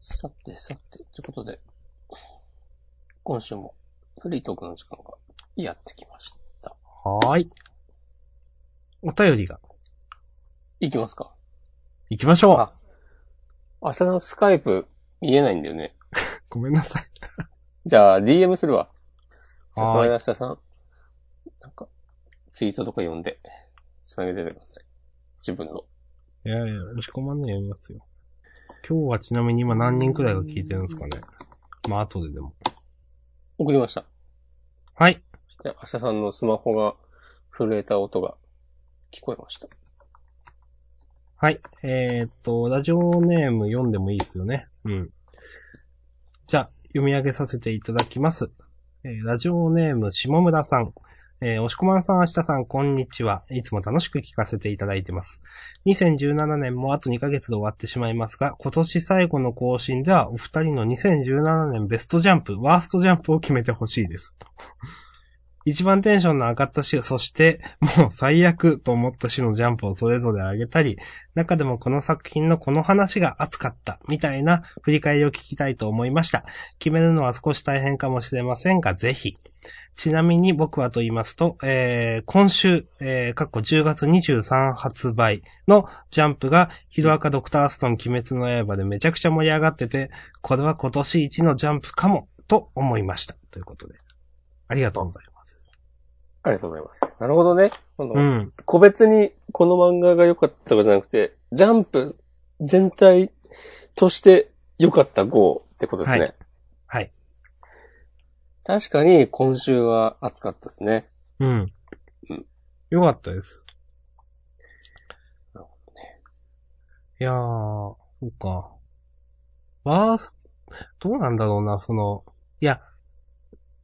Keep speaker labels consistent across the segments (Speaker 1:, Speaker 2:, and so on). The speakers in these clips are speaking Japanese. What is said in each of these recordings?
Speaker 1: さてさて、ということで、今週もフリートークの時間がやってきました。
Speaker 2: はーい。お便りが、
Speaker 1: いきますか
Speaker 2: 行きましょ
Speaker 1: あ
Speaker 2: う
Speaker 1: 明日のスカイプ見えないんだよね。
Speaker 2: ごめんなさい。
Speaker 1: じゃあ DM するわ。じゃあその
Speaker 2: はーい。
Speaker 1: 間明日さん、なんか、ツイートとか読んで、つなげててください。自分の。
Speaker 2: いやいや、押し込まんのやりますよ。今日はちなみに今何人くらいが聞いてるんですかね。まあ、後ででも。
Speaker 1: 送りました。
Speaker 2: はい。
Speaker 1: じゃあ明日さんのスマホが震えた音が聞こえました。
Speaker 2: はい。えー、っと、ラジオネーム読んでもいいですよね。うん。じゃあ、読み上げさせていただきます。えーラジオネーム下村さん。えー、押し込まんさん、明日さん、こんにちは。いつも楽しく聞かせていただいてます。2017年もあと2ヶ月で終わってしまいますが、今年最後の更新では、お二人の2017年ベストジャンプ、ワーストジャンプを決めてほしいです。一番テンションの上がった週、そして、もう最悪と思った週のジャンプをそれぞれ上げたり、中でもこの作品のこの話が熱かった、みたいな振り返りを聞きたいと思いました。決めるのは少し大変かもしれませんが、ぜひ。ちなみに僕はと言いますと、えー、今週、えー、過去10月23発売のジャンプが、ヒロアカドクターストン鬼滅の刃でめちゃくちゃ盛り上がってて、これは今年一のジャンプかも、と思いました。ということで。ありがとうございます。
Speaker 1: ありがとうございます。なるほどね。今度
Speaker 2: うん。
Speaker 1: 個別にこの漫画が良かったとかじゃなくて、ジャンプ全体として良かった号ってことですね。
Speaker 2: はいはい。
Speaker 1: 確かに今週は暑かったですね。
Speaker 2: うん
Speaker 1: うん。
Speaker 2: よかったです。
Speaker 1: なる
Speaker 2: いやー、そうか。ワース、どうなんだろうな、その、いや、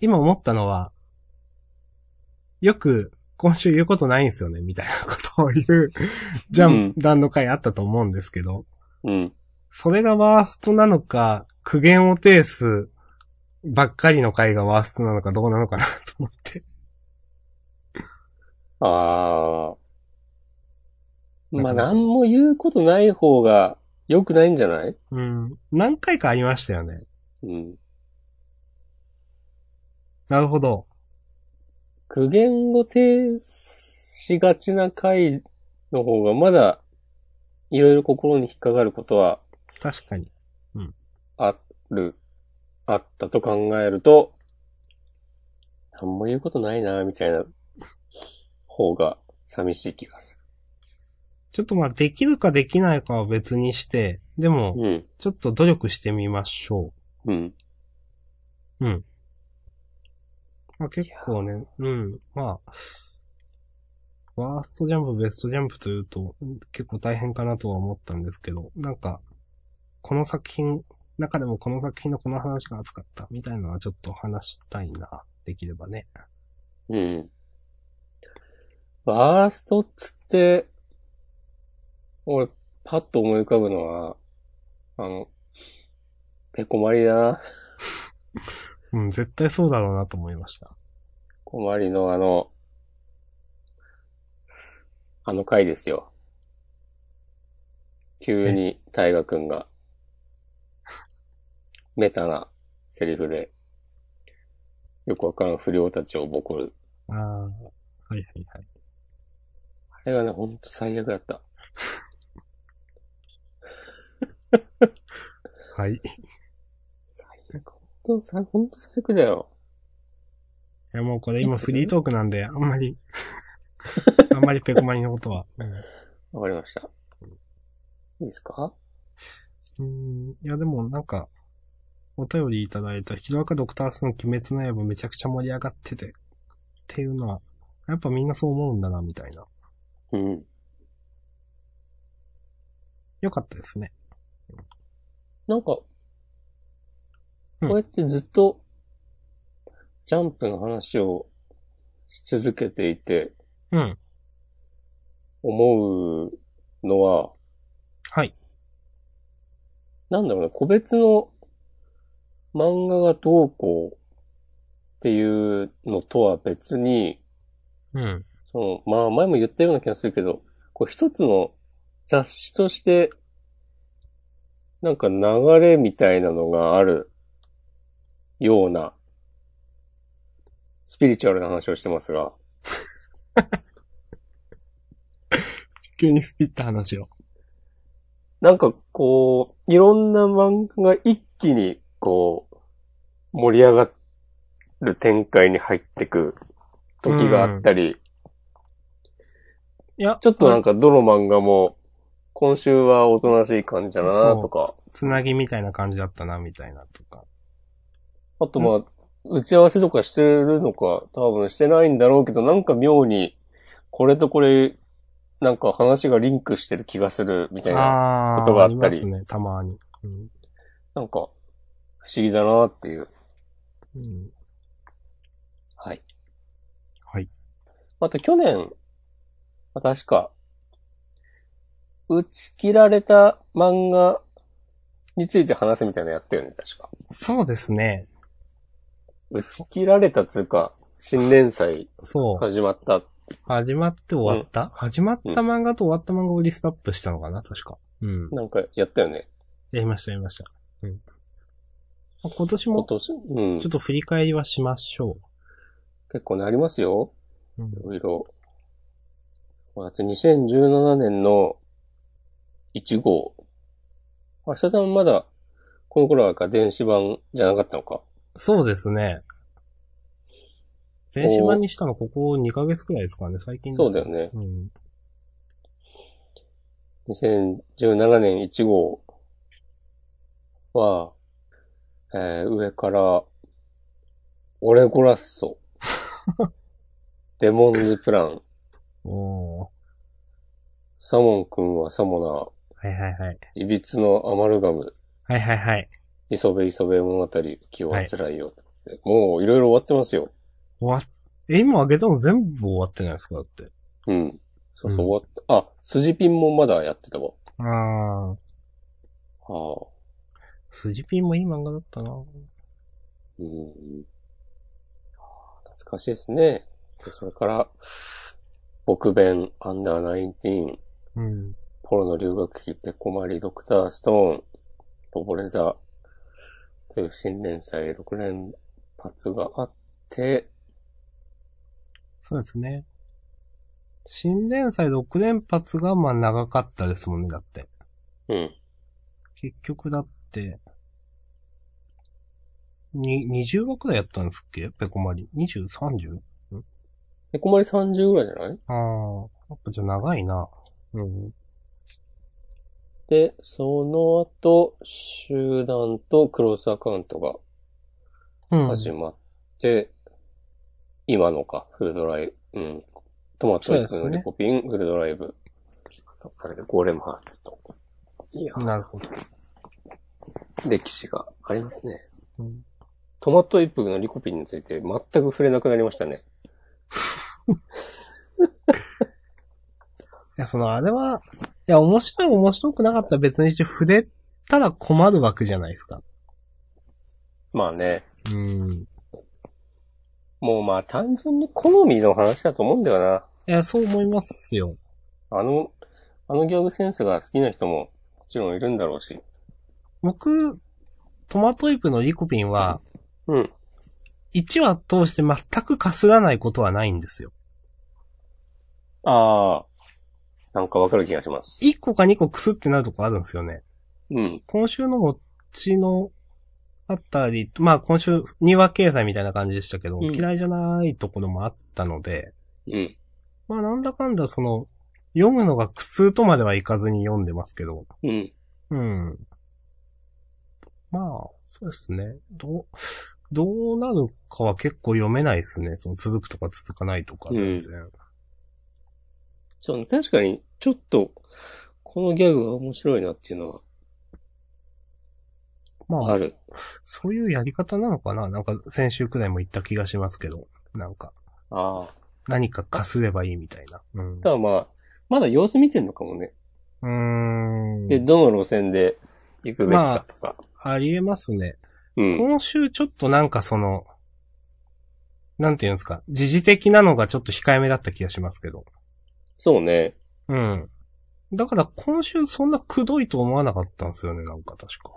Speaker 2: 今思ったのは、よく、今週言うことないんですよね、みたいなことを言う、ジャン、段の回あったと思うんですけど、
Speaker 1: うん。
Speaker 2: それがワーストなのか、苦言を呈すばっかりの回がワーストなのかどうなのかなと思って。
Speaker 1: ああ。まあ
Speaker 2: なかなか
Speaker 1: 何も言うことない方が良くないんじゃない
Speaker 2: うん。何回かありましたよね。
Speaker 1: うん。
Speaker 2: なるほど。
Speaker 1: 苦言を呈しがちな回の方がまだいろいろ心に引っかかることは
Speaker 2: 確かに。
Speaker 1: ある、あったと考えると、何も言うことないな、みたいな方が寂しい気がす
Speaker 2: ちょっとまあ、できるかできないかは別にして、でも、
Speaker 1: る。
Speaker 2: ちょっと努力してみましょ
Speaker 1: うん。うん。
Speaker 2: う。まあ結構ね、うん。まあ、ワーストジャンプ、ベストジャンプというと、結構大変かなとは思ったんですけど、なんか、この作品、中でもこの作品のこの話が熱かった、みたいなのはちょっと話したいな、できればね。
Speaker 1: うん。ワーストっつって、俺、パッと思い浮かぶのは、あの、ペコマリだな。
Speaker 2: うん、絶対そうだろうなと思いました。
Speaker 1: ペコマリのあの、あの回ですよ。急に大河くんが、メタなセリフで、よくわからん不良たちをボコる。
Speaker 2: ああ、はいはいはい。
Speaker 1: あれがね、ほんと最悪だった。
Speaker 2: はい。
Speaker 1: 最悪。ほんと最、ほんと最悪だよ。
Speaker 2: いや、もうこれ今フリートークなんで、あんま り、あんまりペコマニのことは。
Speaker 1: わかりました。いいですか
Speaker 2: うん、いや、でもなんか、お便りいただいた、ヒロアカドクタースの鬼滅の刃めちゃくちゃ盛り上がってて、っていうのは、やっぱみんなそう思うんだな、みたいな。
Speaker 1: うん。
Speaker 2: よかったですね。
Speaker 1: なんか、こ
Speaker 2: うん
Speaker 1: うやってずっと、ジャンプの話をし続けていて、
Speaker 2: うん。
Speaker 1: 思うのは、
Speaker 2: はい。
Speaker 1: なんだろうね、個別の漫画がどうこうっていうのとは別に、
Speaker 2: うん。
Speaker 1: その、まあ前も言ったような気がするけど、こう一つの雑誌としてなんか流れみたいなのがあるような、スピリチュアルな話をしてますが、
Speaker 2: 急にスピった話を。
Speaker 1: なんかこう、いろんな漫画が一気にこう、盛り上がる展開に入ってく時があったり、
Speaker 2: いや、
Speaker 1: ちょっとなんかどの漫画も、今週はおとなしい感じだなとか、
Speaker 2: つなぎみたいな感じだったな、みたいなとか。
Speaker 1: あとまあ、打ち合わせとかしてるのか、多分してないんだろうけど、なんか妙に、これとこれ、なんか話がリンクしてる気がする、みたいな。
Speaker 2: あー
Speaker 1: ことがあったり
Speaker 2: りますね、たまに。うん
Speaker 1: なんか、不思議だなっていう。
Speaker 2: うん
Speaker 1: はい。
Speaker 2: はい。
Speaker 1: また去年、まあ確か、打ち切られた漫画について話すみたいなのやったよね、確か。
Speaker 2: そうですね。
Speaker 1: 打ち切られたつうか、新連載
Speaker 2: そう。
Speaker 1: 始まった。
Speaker 2: 始まって終わった、始まった漫画と終わった漫画をリストアップしたのかな確か。うん。
Speaker 1: なんかやったよね。
Speaker 2: やりました、やりました。うん。今年
Speaker 1: 今
Speaker 2: も、
Speaker 1: 年、うん
Speaker 2: ちょっ。と振り返りはしましょ
Speaker 1: 結構ね、ありますよ。
Speaker 2: う。うん
Speaker 1: いろいろ。まず2017年の1号。明日さんまだ、この頃はか電子版じゃなかったのか。
Speaker 2: そうですね。電子版にしたのここ2ヶ月くらいですかね、最近です
Speaker 1: そうだよね。
Speaker 2: うん。
Speaker 1: 2017年1号は、えー上から、オレゴラッソ、デモンズプラン、
Speaker 2: おー。
Speaker 1: サモン君はサモ
Speaker 2: はいはいはい。
Speaker 1: ナー、いびつのアマルガム、
Speaker 2: はいはいはい。
Speaker 1: 磯部磯部物語、気は辛いよってことで、もういろいろ終わってますよ。
Speaker 2: 終わっ、え、今上げたの全部終わってないですかだって。
Speaker 1: うん。そうそう、
Speaker 2: うん
Speaker 1: 終わった。あ、筋ピンもまだやってたわ。
Speaker 2: あー。
Speaker 1: はあ。
Speaker 2: スジピンもいい漫画だったな
Speaker 1: うん。懐かしいですね。でそれから、僕弁、アンダー19、
Speaker 2: うん。
Speaker 1: ポロの留学費、ペコマリ、ドクターストーン、ロボレザ、という新連載6連発があって、
Speaker 2: そうですね。新連載6連発がまあ長かったですもんね、だって。
Speaker 1: うん。
Speaker 2: 結局だって、に、20話くらいやったんですっけペコマリ。20、30?
Speaker 1: ペコマリ30ぐらいじゃない
Speaker 2: ああ、やっぱじゃあ長いな。うん。
Speaker 1: で、その後、集団とクロスアカウントが
Speaker 2: うん。
Speaker 1: 始まって、今のか、フルドライブ、うん。トマト
Speaker 2: そう
Speaker 1: イ
Speaker 2: で
Speaker 1: プ
Speaker 2: す
Speaker 1: の
Speaker 2: ね
Speaker 1: リコピン、フルドライブ。そうそれでゴーレムハーツと。いや、
Speaker 2: なるほど。
Speaker 1: 歴史がありますね。
Speaker 2: うん
Speaker 1: トマトイプのリコピンについて全く触れなくなりましたね。
Speaker 2: いや、その、あれは、いや、面白い面白くなかったら別にして触れたら困るわけじゃないですか。
Speaker 1: まあね。
Speaker 2: うん。い
Speaker 1: もうまあ単純に好みの話だと思うんだよな。
Speaker 2: や、そう思いますよ。
Speaker 1: あの、あのギャグセンスが好きな人ももちろんいるんだろうし。
Speaker 2: 僕、トマトイプのリコピンは、
Speaker 1: うん。
Speaker 2: 1話通して全くかすらないことはないんですよ。
Speaker 1: ああ。なんかわかる気がします。
Speaker 2: 1個か2個くすってなるとこあるんですよね。
Speaker 1: うん。
Speaker 2: 今週のこっちのあたり、まあ今週2話掲載みたいな感じでしたけど、
Speaker 1: うん
Speaker 2: 嫌いじゃないところもあったので、
Speaker 1: うん。
Speaker 2: まあなんだかんだその、読むのが苦痛とまではいかずに読んでますけど、
Speaker 1: うん。
Speaker 2: うん。まあ、そうですね。どう、どうなるかは結構読めないですね。その続くとか続かないとか、全然。
Speaker 1: そうね、確かに、ちょっと、このギャグは面白いなっていうのは
Speaker 2: ま
Speaker 1: あ
Speaker 2: あ、
Speaker 1: る。
Speaker 2: そういうやり方なのかななんか先週くらいも言った気がしますけど、なんか、
Speaker 1: ああ。
Speaker 2: 何かかすればいいみたいな。うん。
Speaker 1: ただまあ、まだ様子見てんのかもね。
Speaker 2: うーん。
Speaker 1: で、どの路線で行くべきかとか。
Speaker 2: ありえますね。
Speaker 1: うん。
Speaker 2: 今週ちょっとなんかその、なんていうんですか、時事的なのがちょっと控えめだった気がしますけど。
Speaker 1: そうね。
Speaker 2: うん。だから今週そんなくどいと思わなかったんですよね、なんか確か。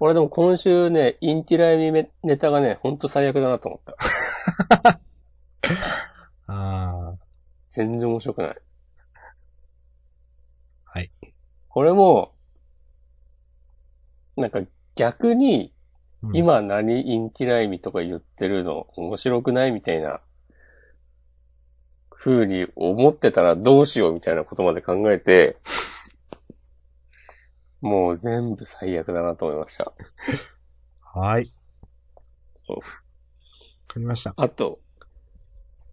Speaker 1: 俺でも今週ね、インティライミネタがね、ほんと最悪だなと思った。
Speaker 2: ああ、
Speaker 1: 全然面白くない。
Speaker 2: はい。
Speaker 1: これも、なんか逆に、
Speaker 2: うん、
Speaker 1: 今何インティライミとか言ってるの面白くないみたいな、風に思ってたらどうしようみたいなことまで考えて、もう全部最悪だなと思いました。
Speaker 2: はい。
Speaker 1: そう
Speaker 2: わかりました。
Speaker 1: あと、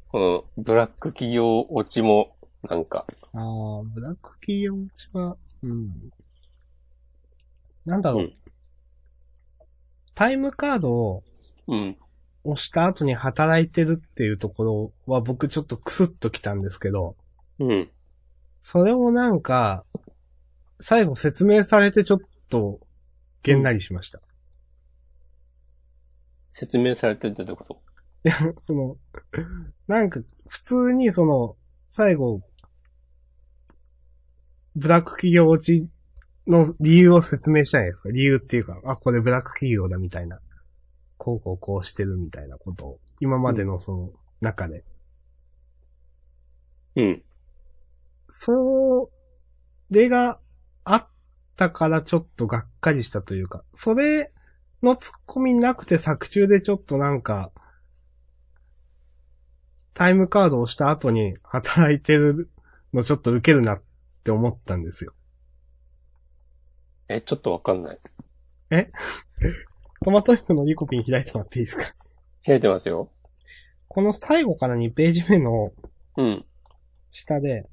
Speaker 1: このブラック企業落ちも、なんか、
Speaker 2: ああ、ブラック企業ちは、うん。なんだろう。
Speaker 1: うん
Speaker 2: タイムカードを
Speaker 1: うん。
Speaker 2: 押した後に働いてるっていうところは僕ちょっとクスッときたんですけど、
Speaker 1: うん。
Speaker 2: それをなんか、最後説明されてちょっと、げんなりしました。
Speaker 1: 説明されてるってこと
Speaker 2: その、なんか、普通にその、最後、ブラック企業落ちの理由を説明したいですか理由っていうか、あ、これブラック企業だみたいな。こうこうこうしてるみたいなことを、今までのその中で。
Speaker 1: うん。
Speaker 2: それがあったからちょっとがっかりしたというか、それのツッコミなくて作中でちょっとなんか、タイムカードを押した後に働いてるのちょっと受けるなって思ったんですよ。
Speaker 1: え、ちょっとわかんない。
Speaker 2: トマトイフのリコピン開いてもらっていいですか
Speaker 1: 開いてますよ。
Speaker 2: この最後から2ページ目の
Speaker 1: うん。
Speaker 2: 下で、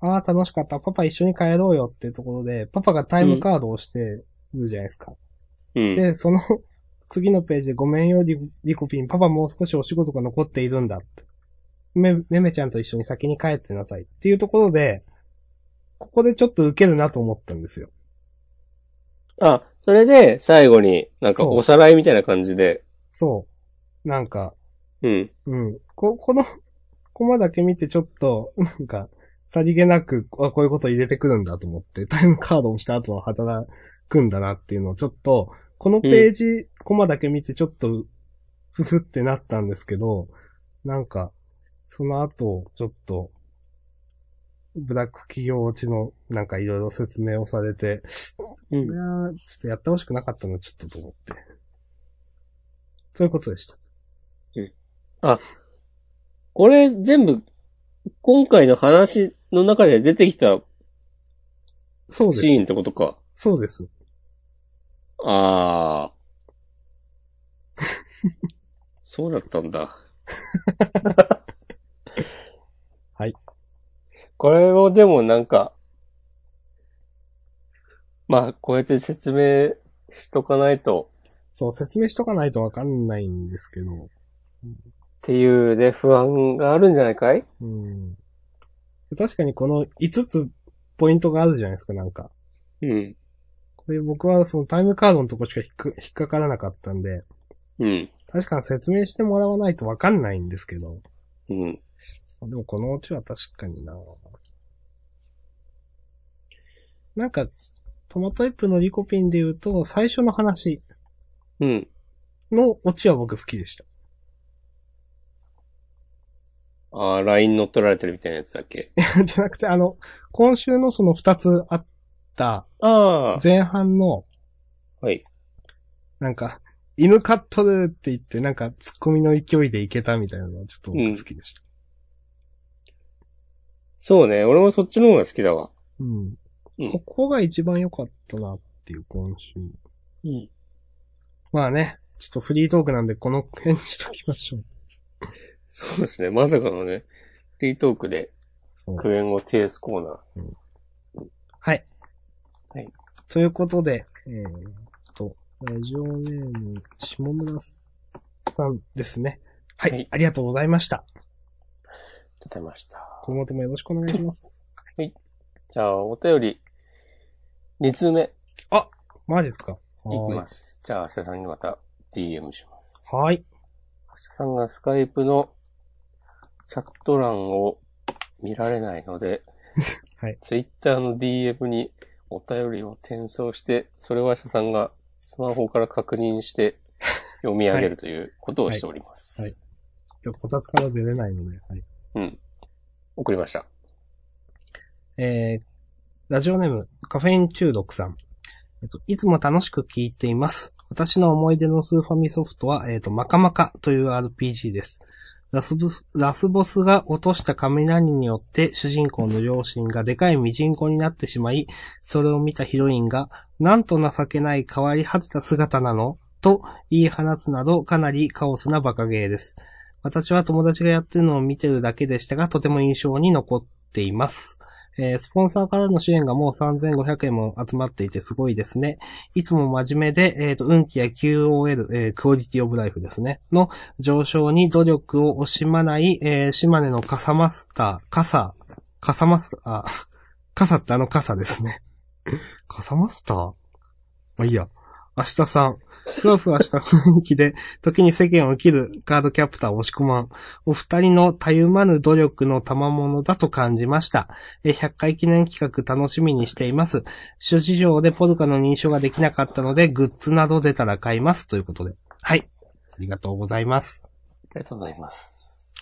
Speaker 2: ああ、楽しかった。パパ一緒に帰ろうよっていうところで、パパがタイムカードを押してるじゃないですか。
Speaker 1: うん。
Speaker 2: で、その次のページでごめんよ、リリコピン。パパもう少しお仕事が残っているんだって。め、めめちゃんと一緒に先に帰ってなさいっていうところで、ここでちょっと受けるなと思ったんですよ。
Speaker 1: あ、それで、最後に、なんか
Speaker 2: そう
Speaker 1: おさらいみたいな感じで、
Speaker 2: そう。なんか、
Speaker 1: うん。
Speaker 2: うん。こ、 この、コマだけ見てちょっと、なんか、さりげなく、あ、こういうこと入れてくるんだと思って、タイムカードをした後は働くんだなっていうのをちょっと、このページ、コマだけ見てちょっと、ふふってなったんですけど、なんか、その後、ちょっと、ブラック企業落ちの、なんかいろいろ説明をされて、
Speaker 1: う
Speaker 2: いや。ーちょっとやってほしくなかったのちょっとと思って。そういうことでした。
Speaker 1: これ全部、今回の話の中で出てきた
Speaker 2: そうです。
Speaker 1: シーンってことか。
Speaker 2: そうです。
Speaker 1: あー。 そうだったんだ。
Speaker 2: はい。
Speaker 1: これをでもなんか、まあ、こうやって説明しとかないと、
Speaker 2: そう、説明しとかないとわかんないんですけど。
Speaker 1: っていうね、不安があるんじゃないかい
Speaker 2: うん。確かにこの5つポイントがあるじゃないですか、なんか。
Speaker 1: うん。
Speaker 2: これ僕はそのタイムカードのとこしか引っか引っかからなかったんで、
Speaker 1: うん。
Speaker 2: 確かに説明してもらわないとわかんないんですけど。
Speaker 1: うん。
Speaker 2: でもこのうちは確かにななんか、トマトイップのリコピンで言うと、最初の話
Speaker 1: うん。
Speaker 2: のオチは僕好きでした。
Speaker 1: ああ、LINE 乗っ取られてるみたいなやつだっけ。
Speaker 2: じゃなくて、あの、今週のその2つあった
Speaker 1: ああ。
Speaker 2: 前半の、
Speaker 1: はい。
Speaker 2: なんか、犬飼っとるって言って、なんか、ツッコミの勢いでいけたみたいなのはちょっと僕好きでした。
Speaker 1: そうね。俺もそっちの方が好きだわ。
Speaker 2: うん。
Speaker 1: うん
Speaker 2: ここが一番良かったなっていう、今週。
Speaker 1: うん。
Speaker 2: まあね、ちょっとフリートークなんで、この辺にしときましょう。
Speaker 1: そうですね。まさかのね、フリートークで
Speaker 2: そう
Speaker 1: クエンを提出コーナー。
Speaker 2: はい。
Speaker 1: はい。
Speaker 2: ということで、えー、っと、ラジオネーム、下村さんですね。はい、
Speaker 1: はい
Speaker 2: ありがとうございました。
Speaker 1: とてました。
Speaker 2: 今後ともよろしくお願いします。
Speaker 1: じゃあ、お便り、2通目
Speaker 2: マジですか
Speaker 1: いきます。じゃあ、明日さんにまた DM します。
Speaker 2: はい。
Speaker 1: 明日さんがスカイプのチャット欄を見られないので、
Speaker 2: はい。
Speaker 1: ツイッターの DM にお便りを転送して、それをアシャさんがスマホから確認して読み上げるということをしております。
Speaker 2: はい今日こたつから出れないので、はい。
Speaker 1: うん。送りました。
Speaker 2: えー、ラジオネーム、カフェイン中毒さん。えっと、いつも楽しく聞いています。私の思い出のスーファミソフトは、えっと、マカマカという RPG です。ラスボス、ラスボスが落とした雷によって主人公の両親がでかいミジンコになってしまい、それを見たヒロインが、なんと情けない変わり果てた姿なのと言い放つなどかなりカオスなバカゲーです。私は友達がやってるのを見てるだけでしたが、とても印象に残っています。えースポンサーからの支援がもう3500円も集まっていてすごいですね。いつも真面目で、えっ、と、運気や QOL、えークオリティオブライフですね、の上昇に努力を惜しまない、えー島根の傘マスター、傘、傘マスター、あ、 傘ってあの傘ですね。 傘マスターまあいいや。明日さん。ふわふわした雰囲気で、時に世間を切るカードキャプター押し込まん。お二人のたゆまぬ努力の賜物だと感じました。えー、100回記念企画楽しみにしています。諸事情でポルカの認証ができなかったので、グッズなど出たら買います。ということで。はい。ありがとうございます。
Speaker 1: ありがとうございます。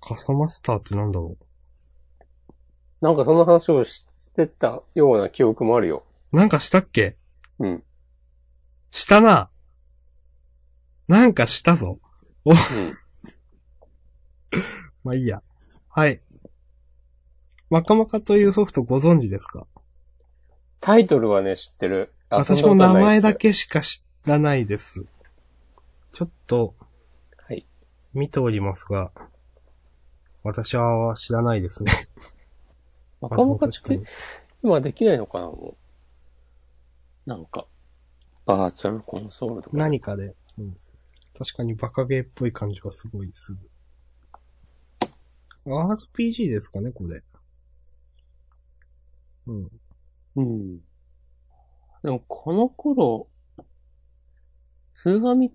Speaker 2: カサマスターってなんだろ
Speaker 1: なんかその話をしてたような記憶もあるよ。
Speaker 2: う。なんかしたっけ
Speaker 1: うん。
Speaker 2: したな。なんかしたぞ。まあいいや。はい。マカマカというソフトご存知ですか
Speaker 1: タイトルはね、知ってる。あ
Speaker 2: 私
Speaker 1: そ
Speaker 2: も
Speaker 1: んな
Speaker 2: 名
Speaker 1: ことはないで
Speaker 2: 前
Speaker 1: す
Speaker 2: だけしか知らないです。ちょっと、
Speaker 1: はい。
Speaker 2: 見ておりますが、私は知らないですね。
Speaker 1: マカマカっ
Speaker 2: 確か
Speaker 1: て
Speaker 2: に
Speaker 1: 今できないのかな、もう。なんか、バーチャルコンソールとか。
Speaker 2: 何かで、うん。確かにバカゲーっぽい感じがすごいする。RPG ですかね、これ。うん。
Speaker 1: うん。でもこの頃、スーファミっ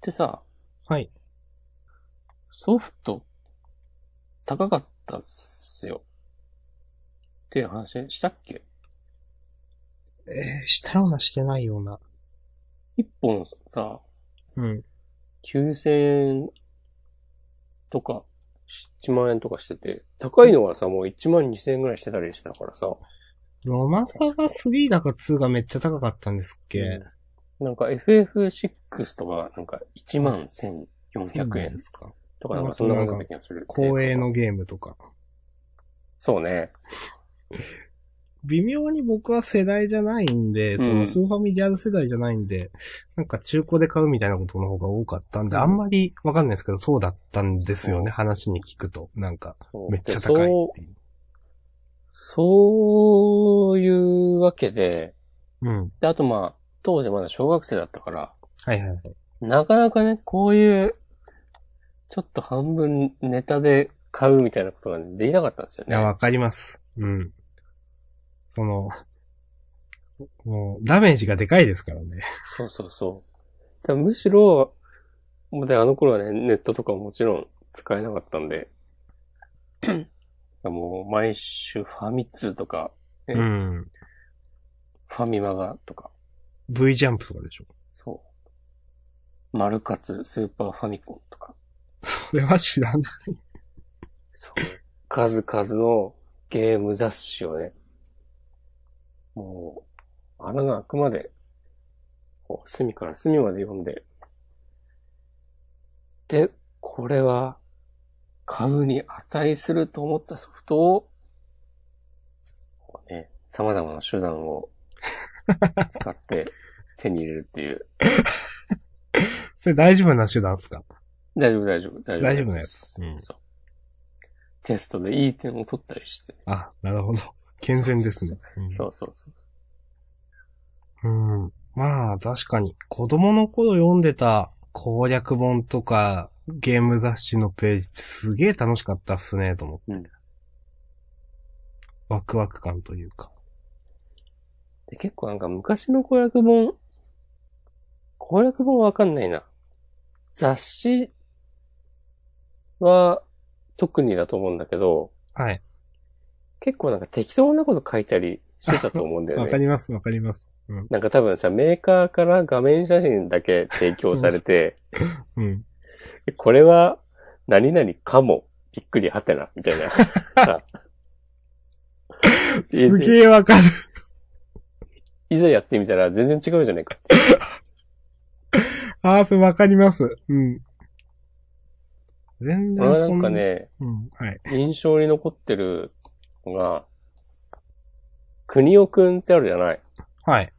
Speaker 1: てさ、
Speaker 2: はい。
Speaker 1: ソフト、高かったっすよ。っていう話したっけ
Speaker 2: えー、したようなしてないような。
Speaker 1: 一本さ、
Speaker 2: うん。
Speaker 1: 9000円とか、1万円とかしてて、高いのがさ、もう1万2000円ぐらいしてたりしたからさ、
Speaker 2: ロマサガ3だか2がめっちゃ高かったんですっけ、
Speaker 1: なんか FF6 とか、なんか1万1400
Speaker 2: で
Speaker 1: 円
Speaker 2: すか
Speaker 1: とか、なんかそんな感じだった気がする。
Speaker 2: 公営の。ゲームとか。
Speaker 1: そうね。
Speaker 2: 微妙に僕は世代じゃないんで、
Speaker 1: うん
Speaker 2: そのスーファミリアル世代じゃないんで、なんか中古で買うみたいなことの方が多かったんで、
Speaker 1: うん
Speaker 2: あんまりわかんないですけど、そうだったんですよね、話に聞くと。なんか、
Speaker 1: そう
Speaker 2: めっちゃ高い
Speaker 1: でそ
Speaker 2: っていう。
Speaker 1: う、そういうわけで、
Speaker 2: うん。
Speaker 1: で、あとまあ、当時まだ小学生だったから、
Speaker 2: はいはいはい。
Speaker 1: なかなかね、こういう、ちょっと半分ネタで買うみたいなことがねできなかったんですよ
Speaker 2: い
Speaker 1: ね。
Speaker 2: や、わかります。うん。その、もう、ダメージがでかいですからね。
Speaker 1: そうそうそう。だからむしろ、もうであの頃はね、ネットとかももちろん使えなかったん で、もう毎週ファミ通とか、え
Speaker 2: うん。
Speaker 1: ファミマガとか、
Speaker 2: V ジャンプとかでしょ。
Speaker 1: そう。マルカツ、スーパーファミコンとか、
Speaker 2: それは知らない。
Speaker 1: そう。数々のゲーム雑誌をね、もう、穴が開くまで、こう、隅から隅まで読んで、で、これは、買うに値すると思ったソフトを、こうね、様々な手段を 使って手に入れるっていう。
Speaker 2: それ大丈夫な手段ですか
Speaker 1: 大丈夫、大丈夫、大
Speaker 2: 大丈夫なや
Speaker 1: つ
Speaker 2: うん
Speaker 1: そう。テストでいい点を取ったりして。
Speaker 2: あ、なるほど。健全ですね。うん
Speaker 1: そうそうそう。
Speaker 2: うん。まあ、確かに。子供の頃読んでた攻略本とか、ゲーム雑誌のページってすげえ楽しかったっすね、と思って。
Speaker 1: うん
Speaker 2: ワクワク感というか。
Speaker 1: で結構なんか昔の攻略本、攻略本わかんないな。雑誌は特にだと思うんだけど、
Speaker 2: はい。
Speaker 1: 結構なんか適当なこと書いたりしてたと思うんだよ
Speaker 2: わか
Speaker 1: ね。
Speaker 2: ります、わかります。うん。
Speaker 1: なんか多分さ、メーカーから画面写真だけ提供されて、
Speaker 2: うん。
Speaker 1: これは、何々かも、びっくりはてな、みたいな。 さ
Speaker 2: すげえわかる。
Speaker 1: いざやってみたら全然違うじゃないかっていう。
Speaker 2: ああ、それわかります。うん。全
Speaker 1: これは
Speaker 2: 然
Speaker 1: な
Speaker 2: そ
Speaker 1: ん
Speaker 2: ん
Speaker 1: か
Speaker 2: な。
Speaker 1: ね、
Speaker 2: うん。はい。
Speaker 1: 印象に残ってるのが、国尾くんってあるじゃない。
Speaker 2: はい。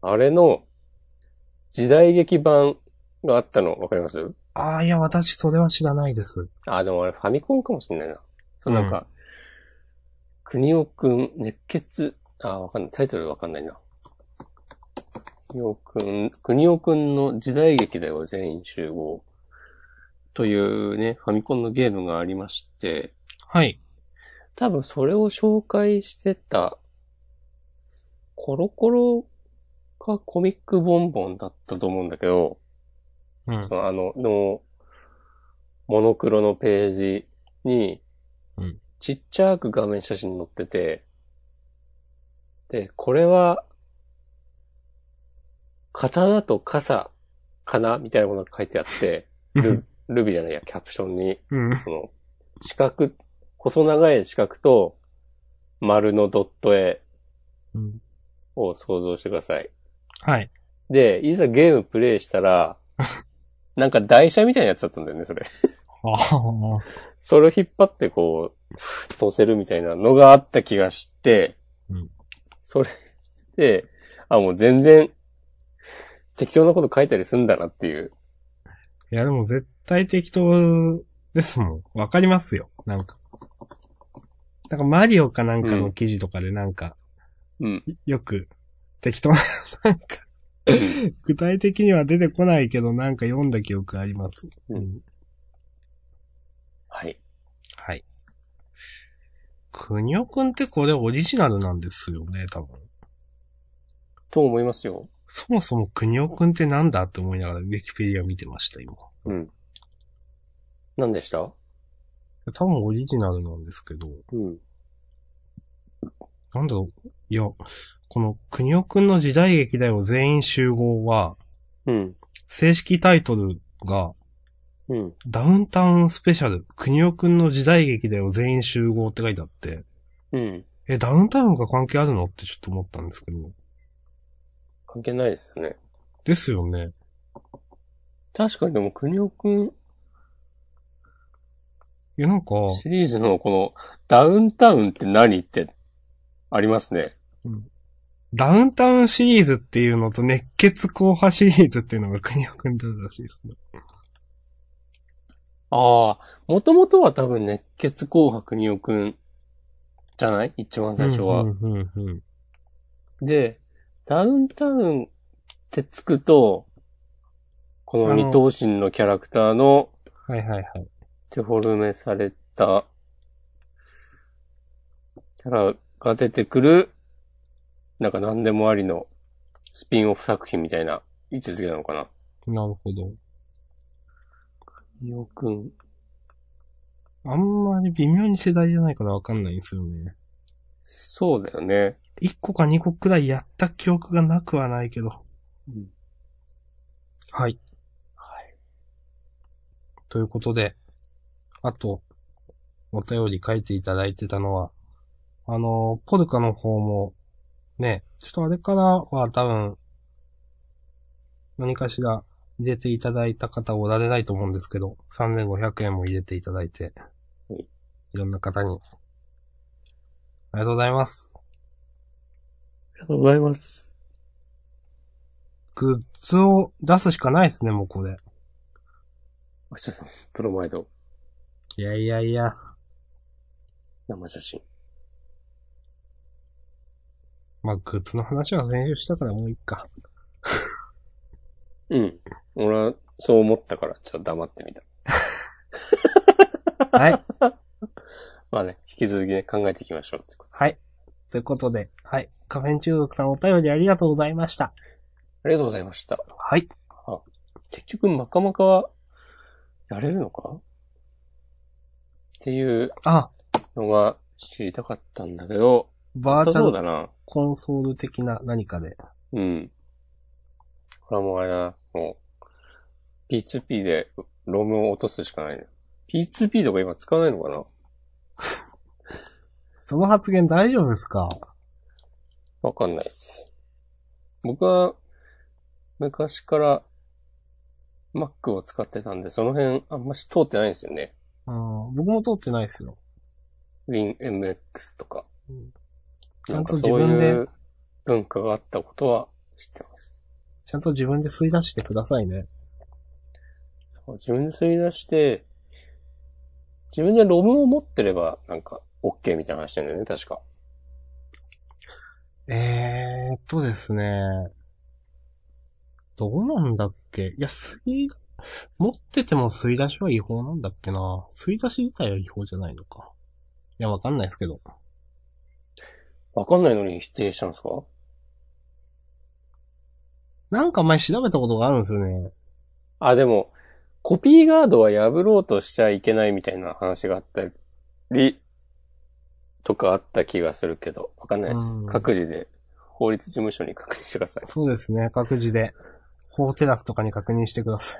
Speaker 1: あれの、時代劇版があったの、わかります
Speaker 2: ああ、いや、私、それは知らないです。
Speaker 1: あ、でもあれファミコンかもしれないな。そう、なんか、国尾くん、熱血、あ、わかんない。タイトルわかんないな。国尾くん、国尾くんの時代劇だよ、全員集合。というね、ファミコンのゲームがありまして、
Speaker 2: はい。
Speaker 1: 多分それを紹介してた、コロコロかコミックボンボンだったと思うんだけど、
Speaker 2: うん。
Speaker 1: そのあの、の、モノクロのページに
Speaker 2: うん、
Speaker 1: ちっちゃく画面写真載ってて、で、これは、刀と傘かなみたいなことが書いてあ って、ルルビーじゃないや、キャプションに。
Speaker 2: うん。
Speaker 1: その、四角、細長い四角と丸のドット絵
Speaker 2: うん。
Speaker 1: を想像してください。
Speaker 2: はい。
Speaker 1: で、いざゲームプレイしたら、なんか台車みたいなやつだったんだよね、それ。
Speaker 2: ああ。
Speaker 1: それを引っ張ってこう、乗せるみたいなのがあった気がして、
Speaker 2: うん
Speaker 1: それで、あ、もう全然、適当なこと書いたりすんだなっていう。
Speaker 2: いや、でも絶対適当ですもん。わかりますよ。なんか。なんかマリオかなんかの記事とかでなんか、
Speaker 1: うん。
Speaker 2: よく適当な、 なんか、具体的には出てこないけど、なんか読んだ記憶あります。
Speaker 1: うん
Speaker 2: ん。
Speaker 1: はい。
Speaker 2: はい。くにおくんってこれオリジナルなんですよね、多分。
Speaker 1: と思いますよ。
Speaker 2: そもそもくにおくんってなんだって思いながらウィキペディア見てました、今。
Speaker 1: うん。何でした
Speaker 2: 多分オリジナルなんですけど。
Speaker 1: うん。
Speaker 2: なんだろう、いや、この、くにおくんの時代劇だよ全員集合は、
Speaker 1: うん。
Speaker 2: 正式タイトルが、
Speaker 1: うん。
Speaker 2: ダウンタウンスペシャル、くにおくんの時代劇だよ全員集合って書いてあって、
Speaker 1: うん。
Speaker 2: え、ダウンタウンが関係あるのってちょっと思ったんですけど。
Speaker 1: 関係ないですよね。
Speaker 2: ですよね。
Speaker 1: 確かにでも、国尾くん
Speaker 2: いや、なんか、
Speaker 1: シリーズのこの、ダウンタウンって何って、ありますね。
Speaker 2: ダウンタウンシリーズっていうのと熱血硬派シリーズっていうのがくにおくんだったらしいですね。
Speaker 1: ああ、もともとは多分熱血紅白国尾くん、じゃない一番最初は。
Speaker 2: うんうんうんうん。
Speaker 1: で、ダウンタウンってつくと、この二頭身のキャラクターの
Speaker 2: はいはいはい。
Speaker 1: デフォルメされたキャラが出てくる、なんか何でもありのスピンオフ作品みたいな位置づけなのかな。
Speaker 2: なるほど。
Speaker 1: 国尾くん。
Speaker 2: あんまり微妙に世代じゃないからわかんないんですよね。
Speaker 1: そうだよね。
Speaker 2: 一個か二個くらいやった記憶がなくはないけど。
Speaker 1: うん
Speaker 2: はい。
Speaker 1: はい。
Speaker 2: ということで、あと、お便り書いていただいてたのは、あの、ポルカの方も、ね、ちょっとあれからは多分、何かしら入れていただいた方おられないと思うんですけど、3500円も入れていただいて、
Speaker 1: はい
Speaker 2: いろんな方に、ありがとうございます。
Speaker 1: ありがとうございます。
Speaker 2: グッズを出すしかないですね、もうこれ。
Speaker 1: あしさん、プロマイド、
Speaker 2: いやいやいや。
Speaker 1: 生写真。
Speaker 2: まあ、グッズの話は先週したからもういいか。
Speaker 1: うん。俺は、そう思ったから、ちょっと黙ってみた。
Speaker 2: はい。
Speaker 1: まあね、引き続きね、考えていきましょうってこと。
Speaker 2: はい。ということで、はい。カフェン中毒さんお便りありがとうございました。
Speaker 1: ありがとうございました。
Speaker 2: はい。
Speaker 1: 結局、マカマカは、やれるのかっていう
Speaker 2: あ、
Speaker 1: のが、知りたかったんだけど、
Speaker 2: バーチャ
Speaker 1: そう
Speaker 2: ル
Speaker 1: だな。
Speaker 2: コンソール的な何かで。
Speaker 1: うん。これはもうあれだな。もう、P2P でロムを落とすしかないね。P2P とか今使わないのかな
Speaker 2: その発言大丈夫ですか
Speaker 1: わかんないっす。僕は、昔から Mac を使ってたんで、その辺あんまし通ってないんですよね。
Speaker 2: うん、僕も通ってないですよ。
Speaker 1: WinMX とか。
Speaker 2: ちゃ
Speaker 1: なん
Speaker 2: んと
Speaker 1: か
Speaker 2: 自
Speaker 1: そう
Speaker 2: 分
Speaker 1: い
Speaker 2: で
Speaker 1: う、文化があったことは知ってます。
Speaker 2: ちゃんと自分で吸い出してくださいね。
Speaker 1: 自分で吸い出して、自分でロムを持ってれば、なんか、OK みたいな話なんだよね、確か。
Speaker 2: えーっとですね。どうなんだっけいや、吸い、持ってても吸い出しは違法なんだっけな。吸い出し自体は違法じゃないのか。いや、わかんないですけど。
Speaker 1: わかんないのに否定したんですか
Speaker 2: なんか前調べたことがあるんですよね。
Speaker 1: あ、でも、コピーガードは破ろうとしちゃいけないみたいな話があったり、とかあった気がするけど、わかんないです
Speaker 2: う。ん
Speaker 1: 各自で、法律事務所に確認してくだ さい。
Speaker 2: そうですね、各自で。法テラスとかに確認してください。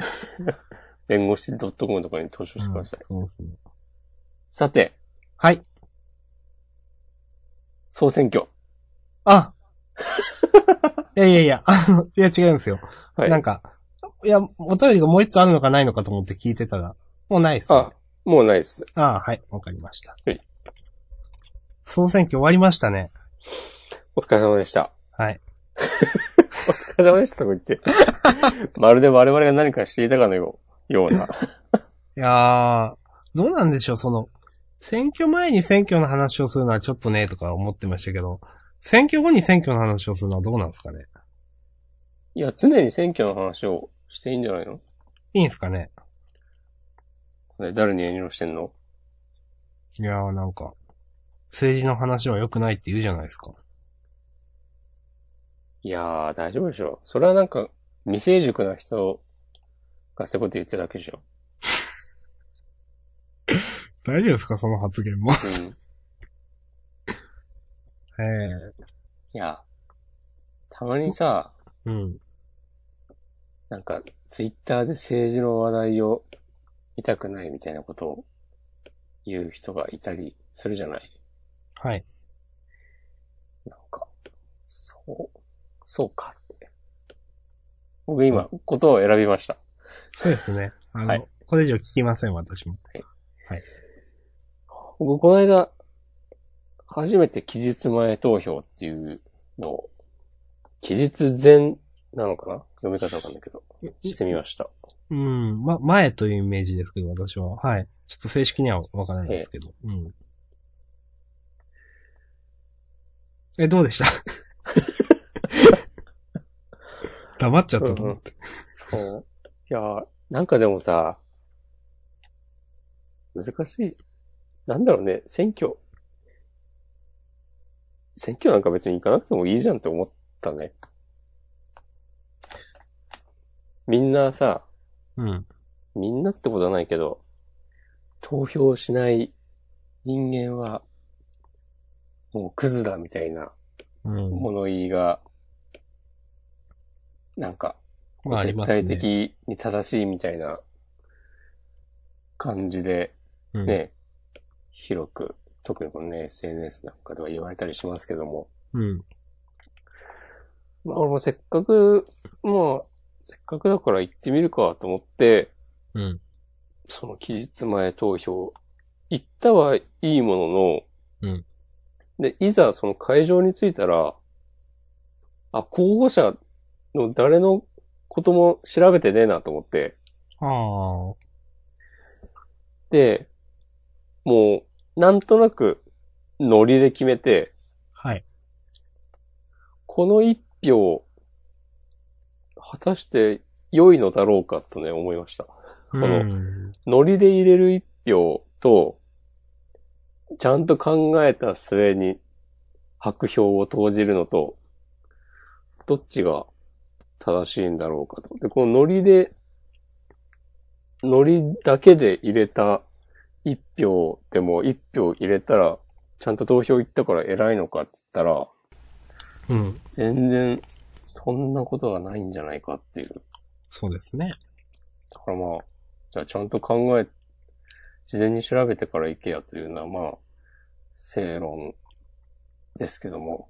Speaker 1: 弁護士 .com とかに投 書してください。
Speaker 2: うんそうですね。
Speaker 1: さて、
Speaker 2: はい。
Speaker 1: 総選挙。
Speaker 2: あ いやいやいや、あの、いや違うんですよ。
Speaker 1: はい。
Speaker 2: なんか、いや、お便りがもう一つあるのかないのかと思って聞いてたら、もうないです、ね。
Speaker 1: あ、もうないです。
Speaker 2: ああ、はい、わかりました。
Speaker 1: はい。
Speaker 2: 総選挙終わりましたね。
Speaker 1: お疲れ様でした。
Speaker 2: はい。
Speaker 1: お疲れ様でしたとか言 って。まるで我々が何かしていたかのようような。
Speaker 2: いやー、どうなんでしょう、その、選挙前に選挙の話をするのはちょっとね、とか思ってましたけど、選挙後に選挙の話をするのはどうなんですかね
Speaker 1: いや、常に選挙の話をしていいんじゃないの
Speaker 2: いいんですかね
Speaker 1: ね誰に遠慮してんの
Speaker 2: いやー、なんか、政治の話は良くないって言うじゃないですか。
Speaker 1: いやー、大丈夫でしょ。それはなんか、未成熟な人がそういうこと言ってるだけでしょ。
Speaker 2: 大丈夫ですかその発言も。へ
Speaker 1: うん。いや、たまにさ、
Speaker 2: え。うん。
Speaker 1: なんか、ツイッターで政治の話題を見たくないみたいなことを言う人がいたりするじゃない
Speaker 2: はい。
Speaker 1: なんか、そう、そうかって。僕今、ことを選びました。
Speaker 2: そうですね。あの、
Speaker 1: はい
Speaker 2: これ以上聞きません、私も。
Speaker 1: 僕、この間、初めて期日前投票っていうのを、期日前なのかな読み方わかんないけど、してみました。
Speaker 2: うん。ま、前というイメージですけど、私は。はい。ちょっと正式にはわからないですけど。うん。え、どう でした黙っちゃったと思って。
Speaker 1: そう。いやー、なんかでもさ、難しい。なんだろうね、選挙。選挙なんか別に行かなくてもいいじゃんって思ったね。みんなさ、
Speaker 2: うん。
Speaker 1: みんなってことはないけど、投票しない人間は、もうクズだみたいな
Speaker 2: うん。
Speaker 1: 物言いが、なんか、
Speaker 2: まあ、あり
Speaker 1: 絶
Speaker 2: ますね。
Speaker 1: 対的に正しいみたいな感じで
Speaker 2: うん。
Speaker 1: ね、広く、特にこのね、SNS なんかでは言われたりしますけども、
Speaker 2: うん。
Speaker 1: まあ俺もせっかく、まあ、せっかくだから行ってみるかと思って、
Speaker 2: うん。
Speaker 1: その期日前投票、行ったはいいものの、
Speaker 2: うん
Speaker 1: で、いざその会場に着いたら、あ、候補者の誰のことも調べてねえなと思って、
Speaker 2: ああ。
Speaker 1: で、もう、なんとなく、ノリで決めて、
Speaker 2: はい。
Speaker 1: この一票、果たして良いのだろうかとね、思いました。
Speaker 2: こ
Speaker 1: のノリで入れる一票と、ちゃんと考えた末に白票を投じるのと、どっちが正しいんだろうかと。で、このノリで、ノリだけで入れた一票でも一票入れたらちゃんと投票行ったから偉いのかっつったら、
Speaker 2: うん。
Speaker 1: 全然、そんなことがないんじゃないかっていう。
Speaker 2: そうですね。
Speaker 1: だからまあ、じゃあちゃんと考え、事前に調べてから行けやというのはまあ、正論ですけども。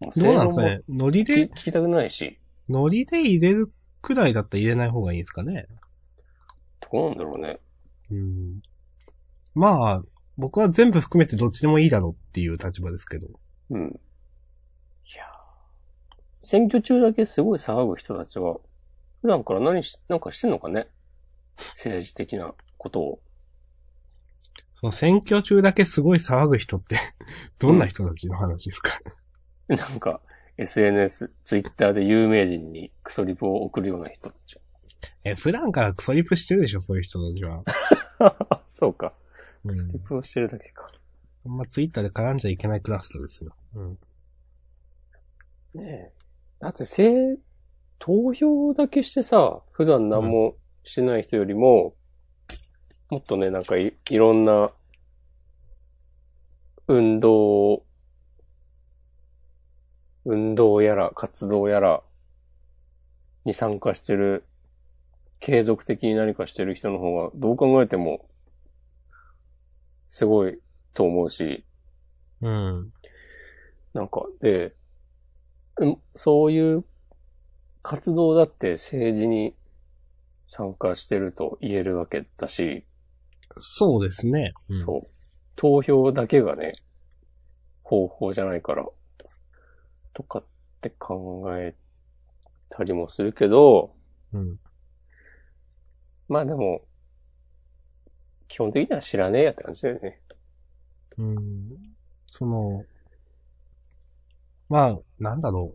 Speaker 1: まあ
Speaker 2: どうなんですか
Speaker 1: 正
Speaker 2: ねノリ
Speaker 1: 論
Speaker 2: で
Speaker 1: も聞き聞きたくないし、
Speaker 2: ノリで入れるくらいだったら入れない方がいいですかね。
Speaker 1: どうなんだろうね。
Speaker 2: うん。まあ、僕は全部含めてどっちでもいいだろうっていう立場ですけど。
Speaker 1: うん。いやー選挙中だけすごい騒ぐ人たちは、普段から何し、なんかしてんのかね政治的なことを。
Speaker 2: その選挙中だけすごい騒ぐ人って、 どんな人たちの話ですか、
Speaker 1: なんか、SNS、Twitter で有名人にクソリプを送るような人たち。
Speaker 2: え、普段からクソリプしてるでしょ、そういう人たちは。
Speaker 1: そうか。
Speaker 2: う
Speaker 1: リ
Speaker 2: ん。
Speaker 1: プをしてるだけか。
Speaker 2: あんまツイッターで絡んじゃいけないクラスターですよ。うん。
Speaker 1: ねえ。だって、せい、投票だけしてさ、普段何もしてない人よりも、もっとね、なんかいいろんな、運動を、運動やら活動やらに参加してる、継続的に何かしてる人の方が、どう考えても、すごいと思うし、
Speaker 2: うん。
Speaker 1: なんか、で、うんそういう活動だって政治に参加してると言えるわけだし、
Speaker 2: そうですね。うん
Speaker 1: そう投票だけがね、方法じゃないから、とかって考えたりもするけど、
Speaker 2: うん。
Speaker 1: まあでも、基本的には知らねえやって感じだよね。
Speaker 2: うん。その、まあ、なんだろ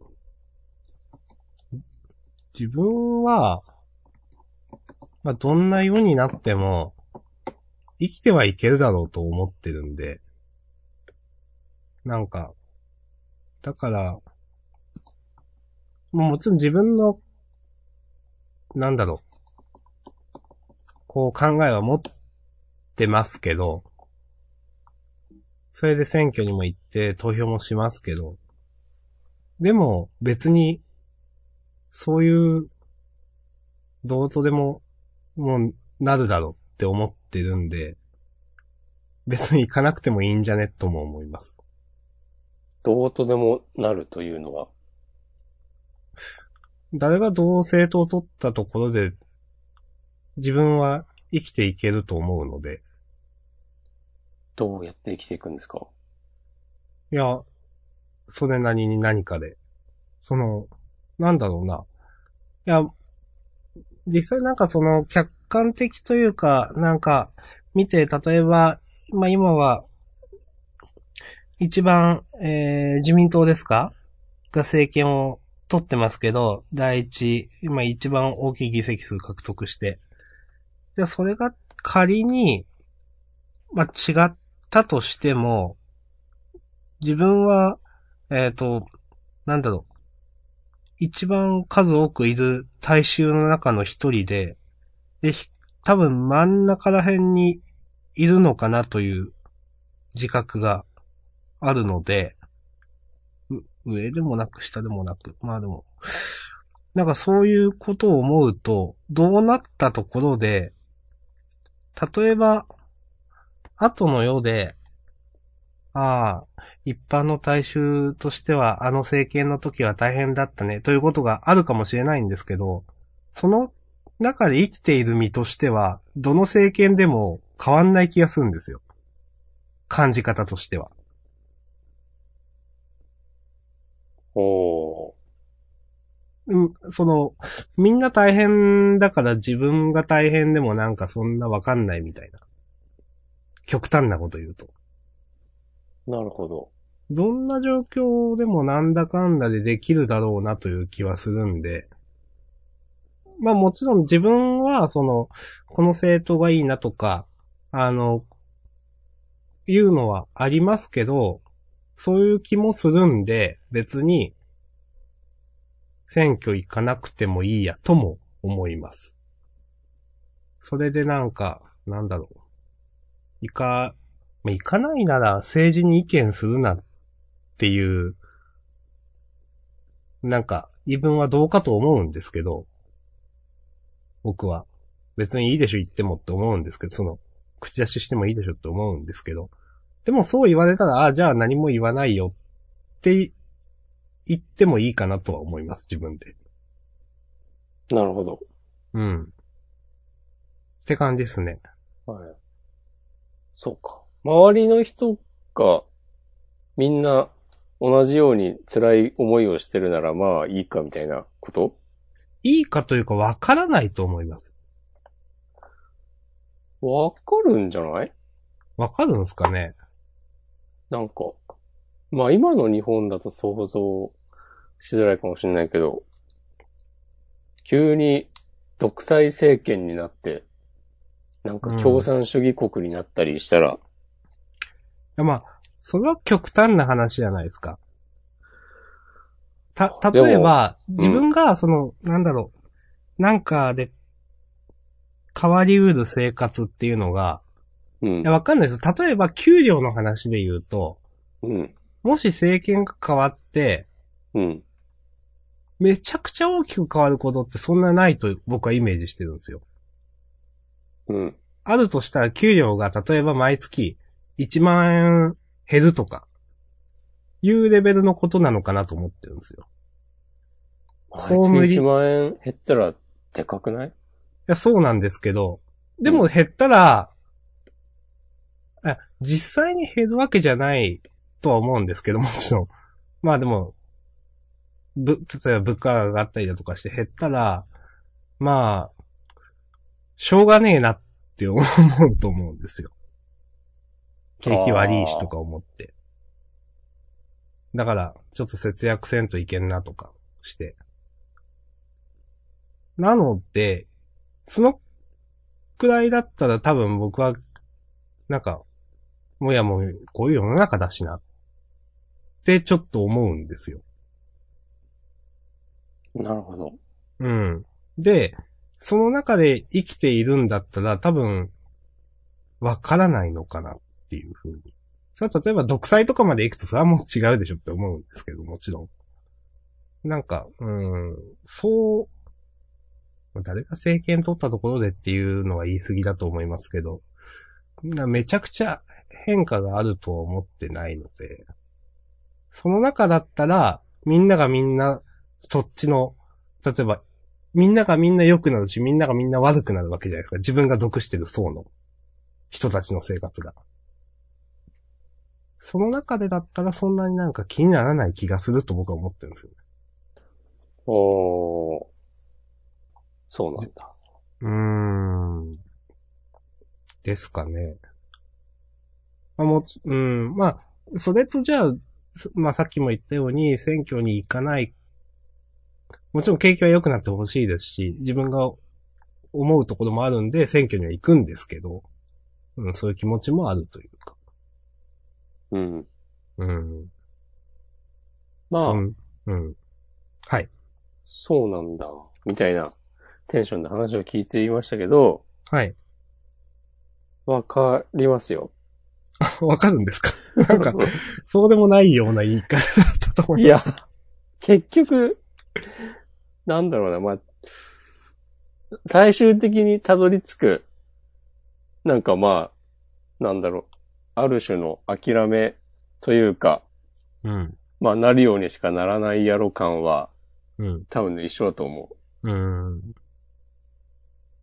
Speaker 2: う。自分は、まあ、どんな世になっても、生きてはいけるだろうと思ってるんで、なんか、だから、もうもちろん自分の、なんだろう、こう考えは持ってますけど、それで選挙にも行って投票もしますけど、でも別に、そういう、どうとでも、もうなるだろうって思ってるんで、別に行かなくてもいいんじゃねとも思います。
Speaker 1: どうとでもなるというのは、
Speaker 2: 誰が同政党を取ったところで、自分は生きていけると思うので、
Speaker 1: どうやって生きていくんですか
Speaker 2: いや、それなりに何かで。その、なんだろうな。いや、実際なんかその客観的というか、なんか見て、例えば、まあ今は、一番、えー自民党ですかが政権を取ってますけど、第一、今一番大きい議席数獲得して。じゃあそれが仮に、まあ違ったとしても、自分は、えっ、と、なんだろう。一番数多くいる大衆の中の一人で、で、ひ多分真ん中ら辺にいるのかなという自覚があるので、う上でもなく下でもなく、まあでも、なんかそういうことを思うと、どうなったところで、例えば、後の世で、ああ、一般の大衆としては、あの政権の時は大変だったね、ということがあるかもしれないんですけど、その中で生きている身としては、どの政権でも変わんない気がするんですよ。感じ方としては。
Speaker 1: おー。
Speaker 2: うん、その、みんな大変だから自分が大変でもなんかそんなわかんないみたいな。極端なこと言うと。
Speaker 1: なるほど。
Speaker 2: どんな状況でもなんだかんだでできるだろうなという気はするんで、まあもちろん自分は、その、この政党がいいなとか、あの、いうのはありますけど、そういう気もするんで、別に、選挙行かなくてもいいや、とも思います。それでなんか、なんだろう。行かまあ行かないなら政治に意見するなっていう、なんか、言い分はどうかと思うんですけど、僕は。別にいいでしょ言ってもって思うんですけど、その、口出ししてもいいでしょって思うんですけど、でもそう言われたら、ああ、じゃあ何も言わないよって言ってもいいかなとは思います、自分で。
Speaker 1: なるほど。
Speaker 2: うん。って感じですね。
Speaker 1: はい。そうか。周りの人が、みんな同じように辛い思いをしてるならまあいいかみたいなこと
Speaker 2: いいかというかわからないと思います。
Speaker 1: わかるんじゃない
Speaker 2: わかるんですかね
Speaker 1: なんか。まあ今の日本だと想像しづらいかもしれないけど、急に独裁政権になって、なんか共産主義国になったりしたら、
Speaker 2: いやまあ、それは極端な話じゃないですか。た、
Speaker 1: でも
Speaker 2: 例えば、
Speaker 1: ん
Speaker 2: 自分が、その、なんだろう、なんかで、変わりうる生活っていうのが、
Speaker 1: うん
Speaker 2: いや、。わかんないです。例えば、給料の話で言うと、
Speaker 1: うん。
Speaker 2: もし政権が変わって、
Speaker 1: うん。
Speaker 2: めちゃくちゃ大きく変わることってそんなないと僕はイメージしてるんですよ。
Speaker 1: うん。
Speaker 2: あるとしたら給料が例えば毎月1万円減るとか、いうレベルのことなのかなと思ってるんですよ。
Speaker 1: あ
Speaker 2: 公務
Speaker 1: いつ
Speaker 2: 員
Speaker 1: 1万円減ったらでかくない
Speaker 2: いや、そうなんですけど、でも減ったら、あ実際に減るわけじゃないとは思うんですけど、もちろん。まあでも、ぶ、例えば物価が上がったりだとかして減ったら、まあ、しょうがねえなって思うと思うんですよ。景気悪いしとか思って。だから、ちょっと節約せんといけんなとかして。なので、そのくらいだったら多分僕は、なんか、もういやもうこういう世の中だしな。ってちょっと思うんですよ。
Speaker 1: なるほど。
Speaker 2: うん。で、その中で生きているんだったら多分、わからないのかなっていうふうに。それは例えば独裁とかまで行くとそれはもう違うでしょって思うんですけど、もちろん。なんか、うん、そう、まあ誰が政権取ったところでっていうのは言い過ぎだと思いますけど、なめちゃくちゃ変化があるとは思ってないので、その中だったら、みんながみんな、そっちの、例えば、みんながみんな良くなるし、みんながみんな悪くなるわけじゃないですか。自分が属してる層の人たちの生活が。その中でだったらそんなになんか気にならない気がすると僕は思ってるんですよ。
Speaker 1: おー。そうなんだ。
Speaker 2: うーん。ですかね。まあ、もち、うん、まあ、それとじゃあ、すまあさっきも言ったように選挙に行かない。もちろん景気は良くなってほしいですし、自分が思うところもあるんで選挙には行くんですけど、うん、そういう気持ちもあるというか。
Speaker 1: うん。
Speaker 2: うん。
Speaker 1: まあ
Speaker 2: そ、んうん。はい。
Speaker 1: そうなんだ。みたいなテンションで話を聞いていましたけど、
Speaker 2: はい。
Speaker 1: わかりますよ。
Speaker 2: わかるんですか なんか、
Speaker 1: い
Speaker 2: そうでもないような言い方だったと思います。
Speaker 1: や、結局、なんだろうな、まあ、最終的にたどり着く、なんかまあ、なんだろう、ある種の諦めというか、
Speaker 2: うん。
Speaker 1: まあなるようにしかならないやろ感は、
Speaker 2: うん。
Speaker 1: 多分ね、一緒だと思う。
Speaker 2: うん。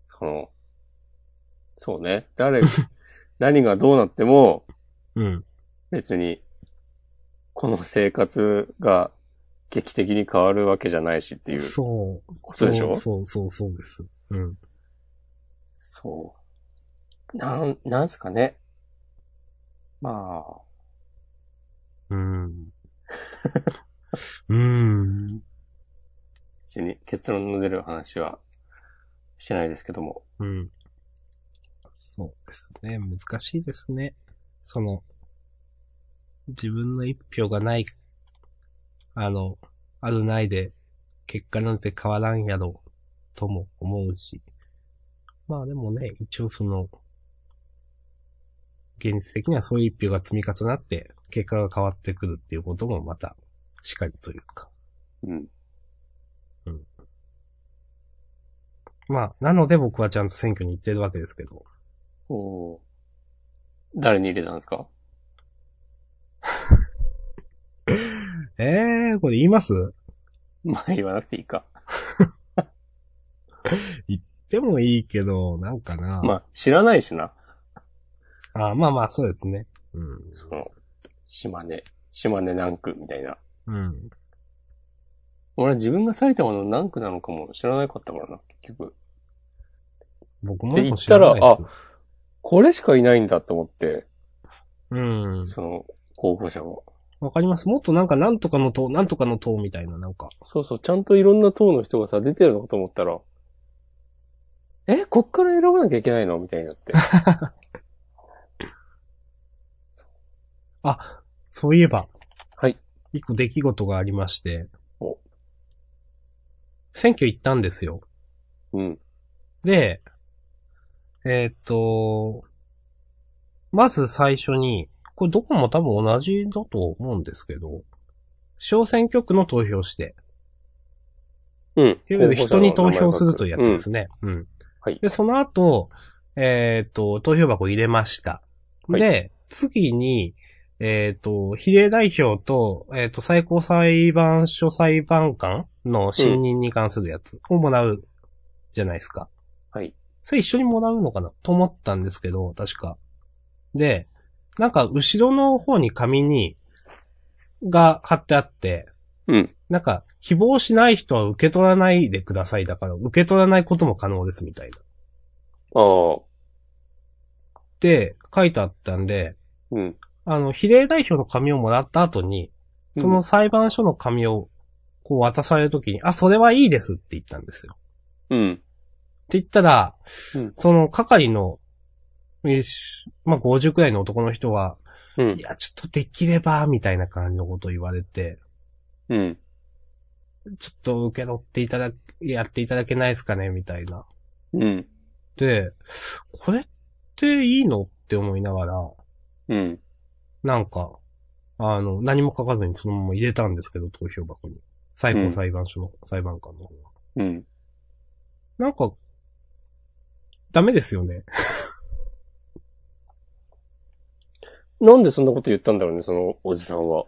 Speaker 1: その、そうね。 誰、何がどうなっても、
Speaker 2: うん。
Speaker 1: 別に、この生活が劇的に変わるわけじゃないしっていう。
Speaker 2: そう。
Speaker 1: そうでしょ
Speaker 2: そうそうそうそうです。うん。
Speaker 1: そう。なん、なんすかね。まあ、
Speaker 2: うん。 うん。
Speaker 1: 別に結論の出る話はしてないですけども。
Speaker 2: うん。そうですね。難しいですね。その、自分の一票がない、あの、あるないで、結果なんて変わらんやろ、とも思うし。まあでもね、一応その、現実的にはそういう一票が積み重なって、結果が変わってくるっていうこともまた、しかりというか。
Speaker 1: うん。
Speaker 2: まあ、なので僕はちゃんと選挙に行ってるわけですけど。
Speaker 1: おお。誰に入れたんですか
Speaker 2: ええー、これ言います
Speaker 1: まあ言わなくていいか。
Speaker 2: でもいいけど、なんかな。
Speaker 1: まあ知らないしな。
Speaker 2: あーまあまあ、そうですね。うん。
Speaker 1: その、島根、島根南区みたいな。
Speaker 2: うん。
Speaker 1: 俺自分が埼玉の南区なのかも知らなかったからな、結局。
Speaker 2: 僕も
Speaker 1: で
Speaker 2: でも知らないです。
Speaker 1: これしかいないんだと思って、
Speaker 2: うん。
Speaker 1: その、候補者が。
Speaker 2: わかります。もっとなんか、なんとかの党、なんとかの党みたいな、なんか。
Speaker 1: そうそう、ちゃんといろんな党の人がさ、出てるのかと思ったら、え、こっから選ばなきゃいけないのみたいにな って。
Speaker 2: あ、そういえば。
Speaker 1: はい。
Speaker 2: 一個出来事がありまして。
Speaker 1: お
Speaker 2: 選挙行ったんですよ。
Speaker 1: うん。
Speaker 2: で、えーっと、まず最初に、これどこも多分同じだと思うんですけど、小選挙区の投票して、
Speaker 1: うん。
Speaker 2: いわゆる人に投票するというやつです
Speaker 1: ね。
Speaker 2: ね。うん。
Speaker 1: はい
Speaker 2: で、その後、えっ、と、投票箱入れました。
Speaker 1: はい
Speaker 2: で、次に、えっ、と、比例代表と、えっ、と、最高裁判所裁判官の信任に関するやつをもらうじゃないですか。
Speaker 1: はい。
Speaker 2: それ一緒にもらうのかなと思ったんですけど、確か。で、なんか、後ろの方に紙に、が貼ってあって、
Speaker 1: うん。
Speaker 2: なんか、希望しない人は受け取らないでください。だから、受け取らないことも可能です、みたいな。っ
Speaker 1: ああ、
Speaker 2: て書いてあったんで、
Speaker 1: うん。
Speaker 2: あの、比例代表の紙をもらった後に、その裁判所の紙を、こう渡されるときに、あ、それはいいですって言ったんですよ。
Speaker 1: うん。
Speaker 2: って言ったら、
Speaker 1: うん
Speaker 2: その係の、よしまあ、50くらいの男の人は、
Speaker 1: うん
Speaker 2: い。や、ちょっとできれば、みたいな感じのことを言われて、
Speaker 1: うん。
Speaker 2: ちょっと受け取っていただ、やっていただけないですかね、みたいな。
Speaker 1: うん。
Speaker 2: で、これっていいのって思いながら、
Speaker 1: うん。
Speaker 2: なんか、あの、何も書かずにそのまま入れたんですけど、投票箱に。最高裁判所の、裁判官の方は。
Speaker 1: うん。
Speaker 2: なんか、ダメですよね。
Speaker 1: なんでそんなこと言ったんだろうね、そのおじさんは。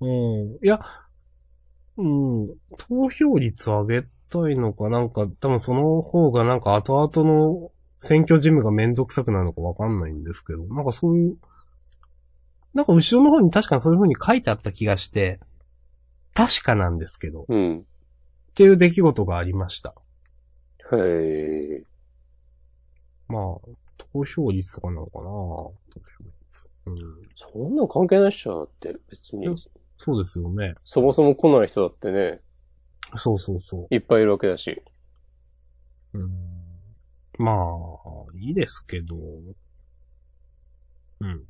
Speaker 2: うん。いや、うん、投票率上げたいのか、なんか、多分その方がなんか後々の選挙事務がめんどくさくなるのかわかんないんですけど、なんかそういう、なんか後ろの方に確かにそういう風に書いてあった気がして、確かなんですけど、っ
Speaker 1: うん。
Speaker 2: ていう出来事がありました。
Speaker 1: へえ。
Speaker 2: まあ、投票率とかなのかな投票率。うん。
Speaker 1: そんなん関係ないっしょ、だって。別に
Speaker 2: うん。そうですよね。
Speaker 1: そもそも来ない人だってね、
Speaker 2: そうそうそう。
Speaker 1: いっぱいいるわけだし。
Speaker 2: うんまあ、いいですけど。うん。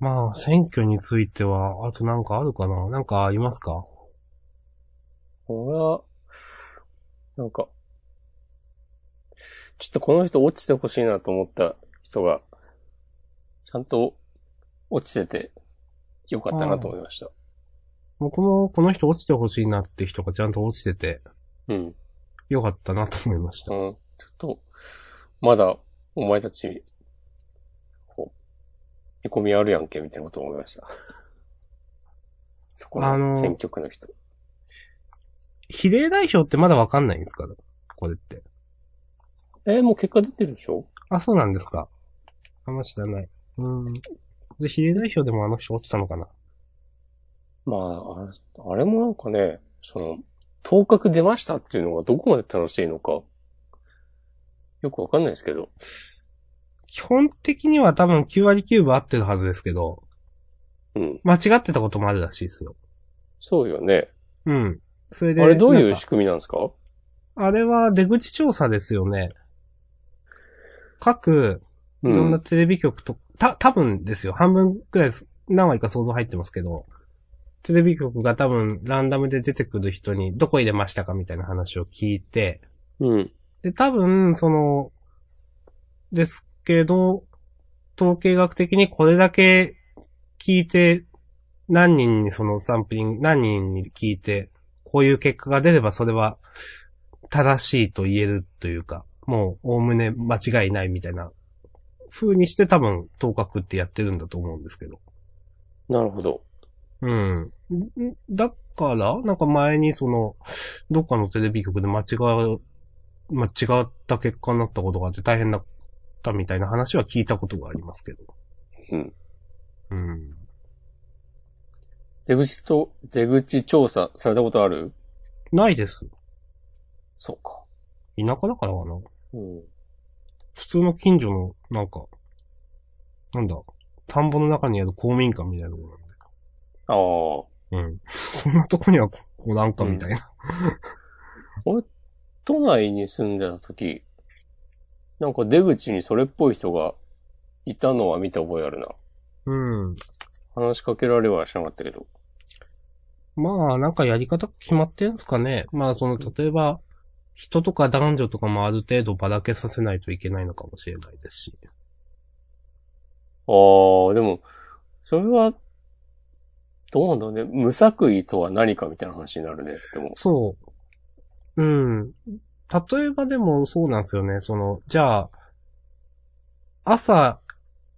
Speaker 2: まあ、選挙については、あとなんかあるかななんかありますか
Speaker 1: 俺は、なんか、ちょっとこの人落ちてほしいなと思った人が、ちゃんと落ちててよかったなと思いました。
Speaker 2: 僕もこの人落ちてほしいなって人がちゃんと落ちてて、
Speaker 1: うん。
Speaker 2: よかったなと思いまし
Speaker 1: う
Speaker 2: た。
Speaker 1: ん、ちょっと、まだ、お前たち、こう、見込みあるやんけ、みたいなこと思いま した。そこ
Speaker 2: あ
Speaker 1: の
Speaker 2: の
Speaker 1: 選挙区の人。
Speaker 2: 比例代表ってまだわかんないんですかこれって。
Speaker 1: えーもう結果出てるでしょ
Speaker 2: あ、そうなんですかあんま知らない。うん。で、比例代表でもあの人落ちたのかな
Speaker 1: まあ、あれ、あれもなんかね、その、当確出ましたっていうのがどこまで楽しいのか、よくわかんないですけど。
Speaker 2: 基本的には多分9割9分合ってるはずですけど、
Speaker 1: うん。
Speaker 2: 間違ってたこともあるらしいですよ。
Speaker 1: そうよね。
Speaker 2: うん。それで。
Speaker 1: あれどうい
Speaker 2: な
Speaker 1: うん
Speaker 2: か
Speaker 1: 仕組みなんですか
Speaker 2: あれは出口調査ですよね。各、
Speaker 1: う。
Speaker 2: いろんなんテレビ局と、た、多分ですよ。半分くらいです、何割か想像入ってますけど、テレビ局が多分ランダムで出てくる人にどこ入れましたかみたいな話を聞いて、
Speaker 1: うん。
Speaker 2: で、多分、その、ですけど、統計学的にこれだけ聞いて、何人にそのサンプリング、何人に聞いて、こういう結果が出ればそれは正しいと言えるというか、もう概ね間違いないみたいな風にして多分統括ってやってるんだと思うんですけど。
Speaker 1: なるほど。
Speaker 2: うん。んだから、なんか前にその、どっかのテレビ局で間違う、間違った結果になったことがあって大変だったみたいな話は聞いたことがありますけど。
Speaker 1: うん。
Speaker 2: うん。
Speaker 1: 出口と、出口調査されたことある
Speaker 2: ないです。
Speaker 1: そうか。
Speaker 2: 田舎だからかな。
Speaker 1: うん。
Speaker 2: 普通の近所の、なんか、なんだ、田んぼの中にある公民館みたいなところ
Speaker 1: ああ。
Speaker 2: なんで。 うん。そんなとこにはおらんかみたいな。
Speaker 1: 都内に住んでた時、なんか出口にそれっぽい人がいたのは見た覚えあるな。
Speaker 2: うん。
Speaker 1: 話しかけられはしなかったけど。
Speaker 2: まあ、なんかやり方決まってんすかね。まあ、その、例えば、人とか男女とかもある程度ばらけさせないといけないのかもしれないですし。
Speaker 1: ああ、でも、それは、どうなんだろうね。無作為とは何かみたいな話になるね。でも、
Speaker 2: そう。うん。例えばでもそうなんですよね。その、じゃあ、朝、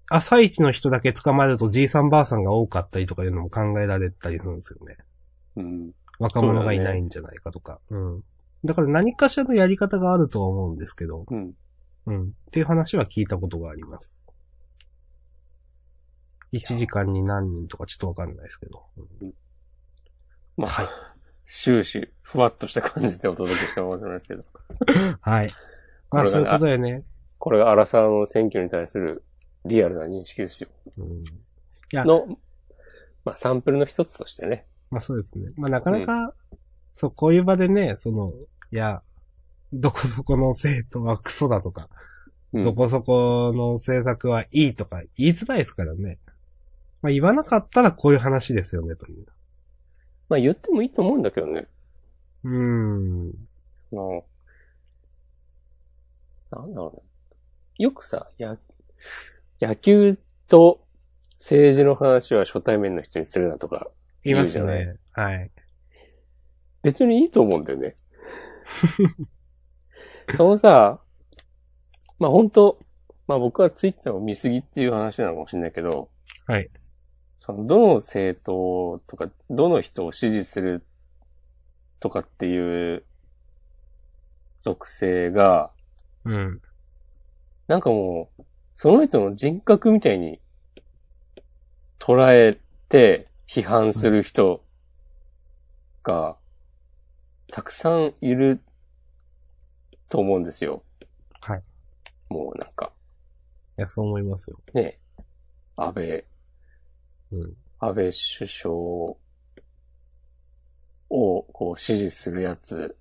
Speaker 2: 朝一の人だけ捕まえるとじいさんばあさんが多かったりとかいうのも考えられたりするんですよね。
Speaker 1: うん。
Speaker 2: 若者がいないんじゃないかとか。うん。だから何かしらのやり方があるとは思うんですけど、
Speaker 1: うん。
Speaker 2: うん。っていう話は聞いたことがあります。1時間に何人とかちょっとわかんないですけど。うん
Speaker 1: まあ、終始、ふわっとした感じでお届けしてもらってますけど。
Speaker 2: はい。ま
Speaker 1: こ
Speaker 2: あ
Speaker 1: れが
Speaker 2: そういうことだよね。
Speaker 1: これが荒沢の選挙に対するリアルな認識ですよ。
Speaker 2: うん。
Speaker 1: の、まあ、サンプルの一つとしてね。
Speaker 2: まあそうですね。まあなかなか、そう、こういう場でね、その、いや、どこそこの生徒はクソだとか、
Speaker 1: うん
Speaker 2: どこそこの政策はいいとか言いづらいですからね。まあ言わなかったらこういう話ですよね、という。
Speaker 1: まあ、言ってもいいと思うんだけどね。
Speaker 2: うーん。
Speaker 1: の、なんだろうね。よくさ、や、野球と政治の話は初対面の人にするなとか、
Speaker 2: 言いますよ
Speaker 1: 言
Speaker 2: ね。はい。
Speaker 1: 別にいいと思うんだよ ね。そのさ、まあ本当まあ僕はツイッターを見すぎっていう話なのかもしれないけど、
Speaker 2: はい。
Speaker 1: その、どの政党とか、どの人を支持するとかっていう属性が、
Speaker 2: うん。
Speaker 1: なんかもう、その人の人格みたいに捉えて批判する人がたくさんいると思うんですよ。
Speaker 2: はい。
Speaker 1: もうなんか、
Speaker 2: いや、そう思いますよ。
Speaker 1: ね、安倍、
Speaker 2: うん。
Speaker 1: 安倍首相をこう支持するやつ、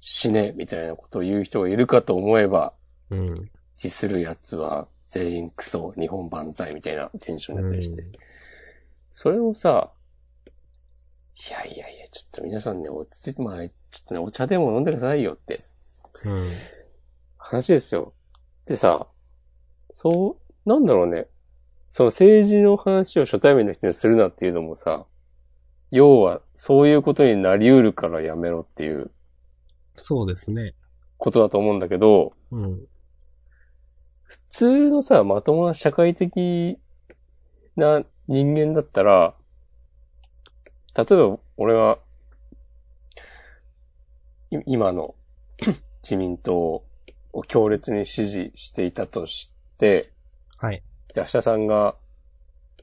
Speaker 1: 死ね、みたいなことを言う人がいるかと思えば、
Speaker 2: うん。
Speaker 1: 自するやつは全員クソ、日本万歳みたいなテンションになったりして。
Speaker 2: うん
Speaker 1: それをさ、いやいやいや、ちょっと皆さんね、落ち着いて、まあ、ちょっとね、お茶でも飲んでくださいよって
Speaker 2: うん。
Speaker 1: 話ですよ。でさ、そう、なんだろうね。その政治の話を初対面の人にするなっていうのもさ、要はそういうことになりうるからやめろっていう
Speaker 2: そうですね。
Speaker 1: ことだと思うんだけど、
Speaker 2: うん。
Speaker 1: 普通のさ、まともな社会的な人間だったら、例えば俺は、い今の自民党を強烈に支持していたとして、
Speaker 2: はい。
Speaker 1: で、明日さんが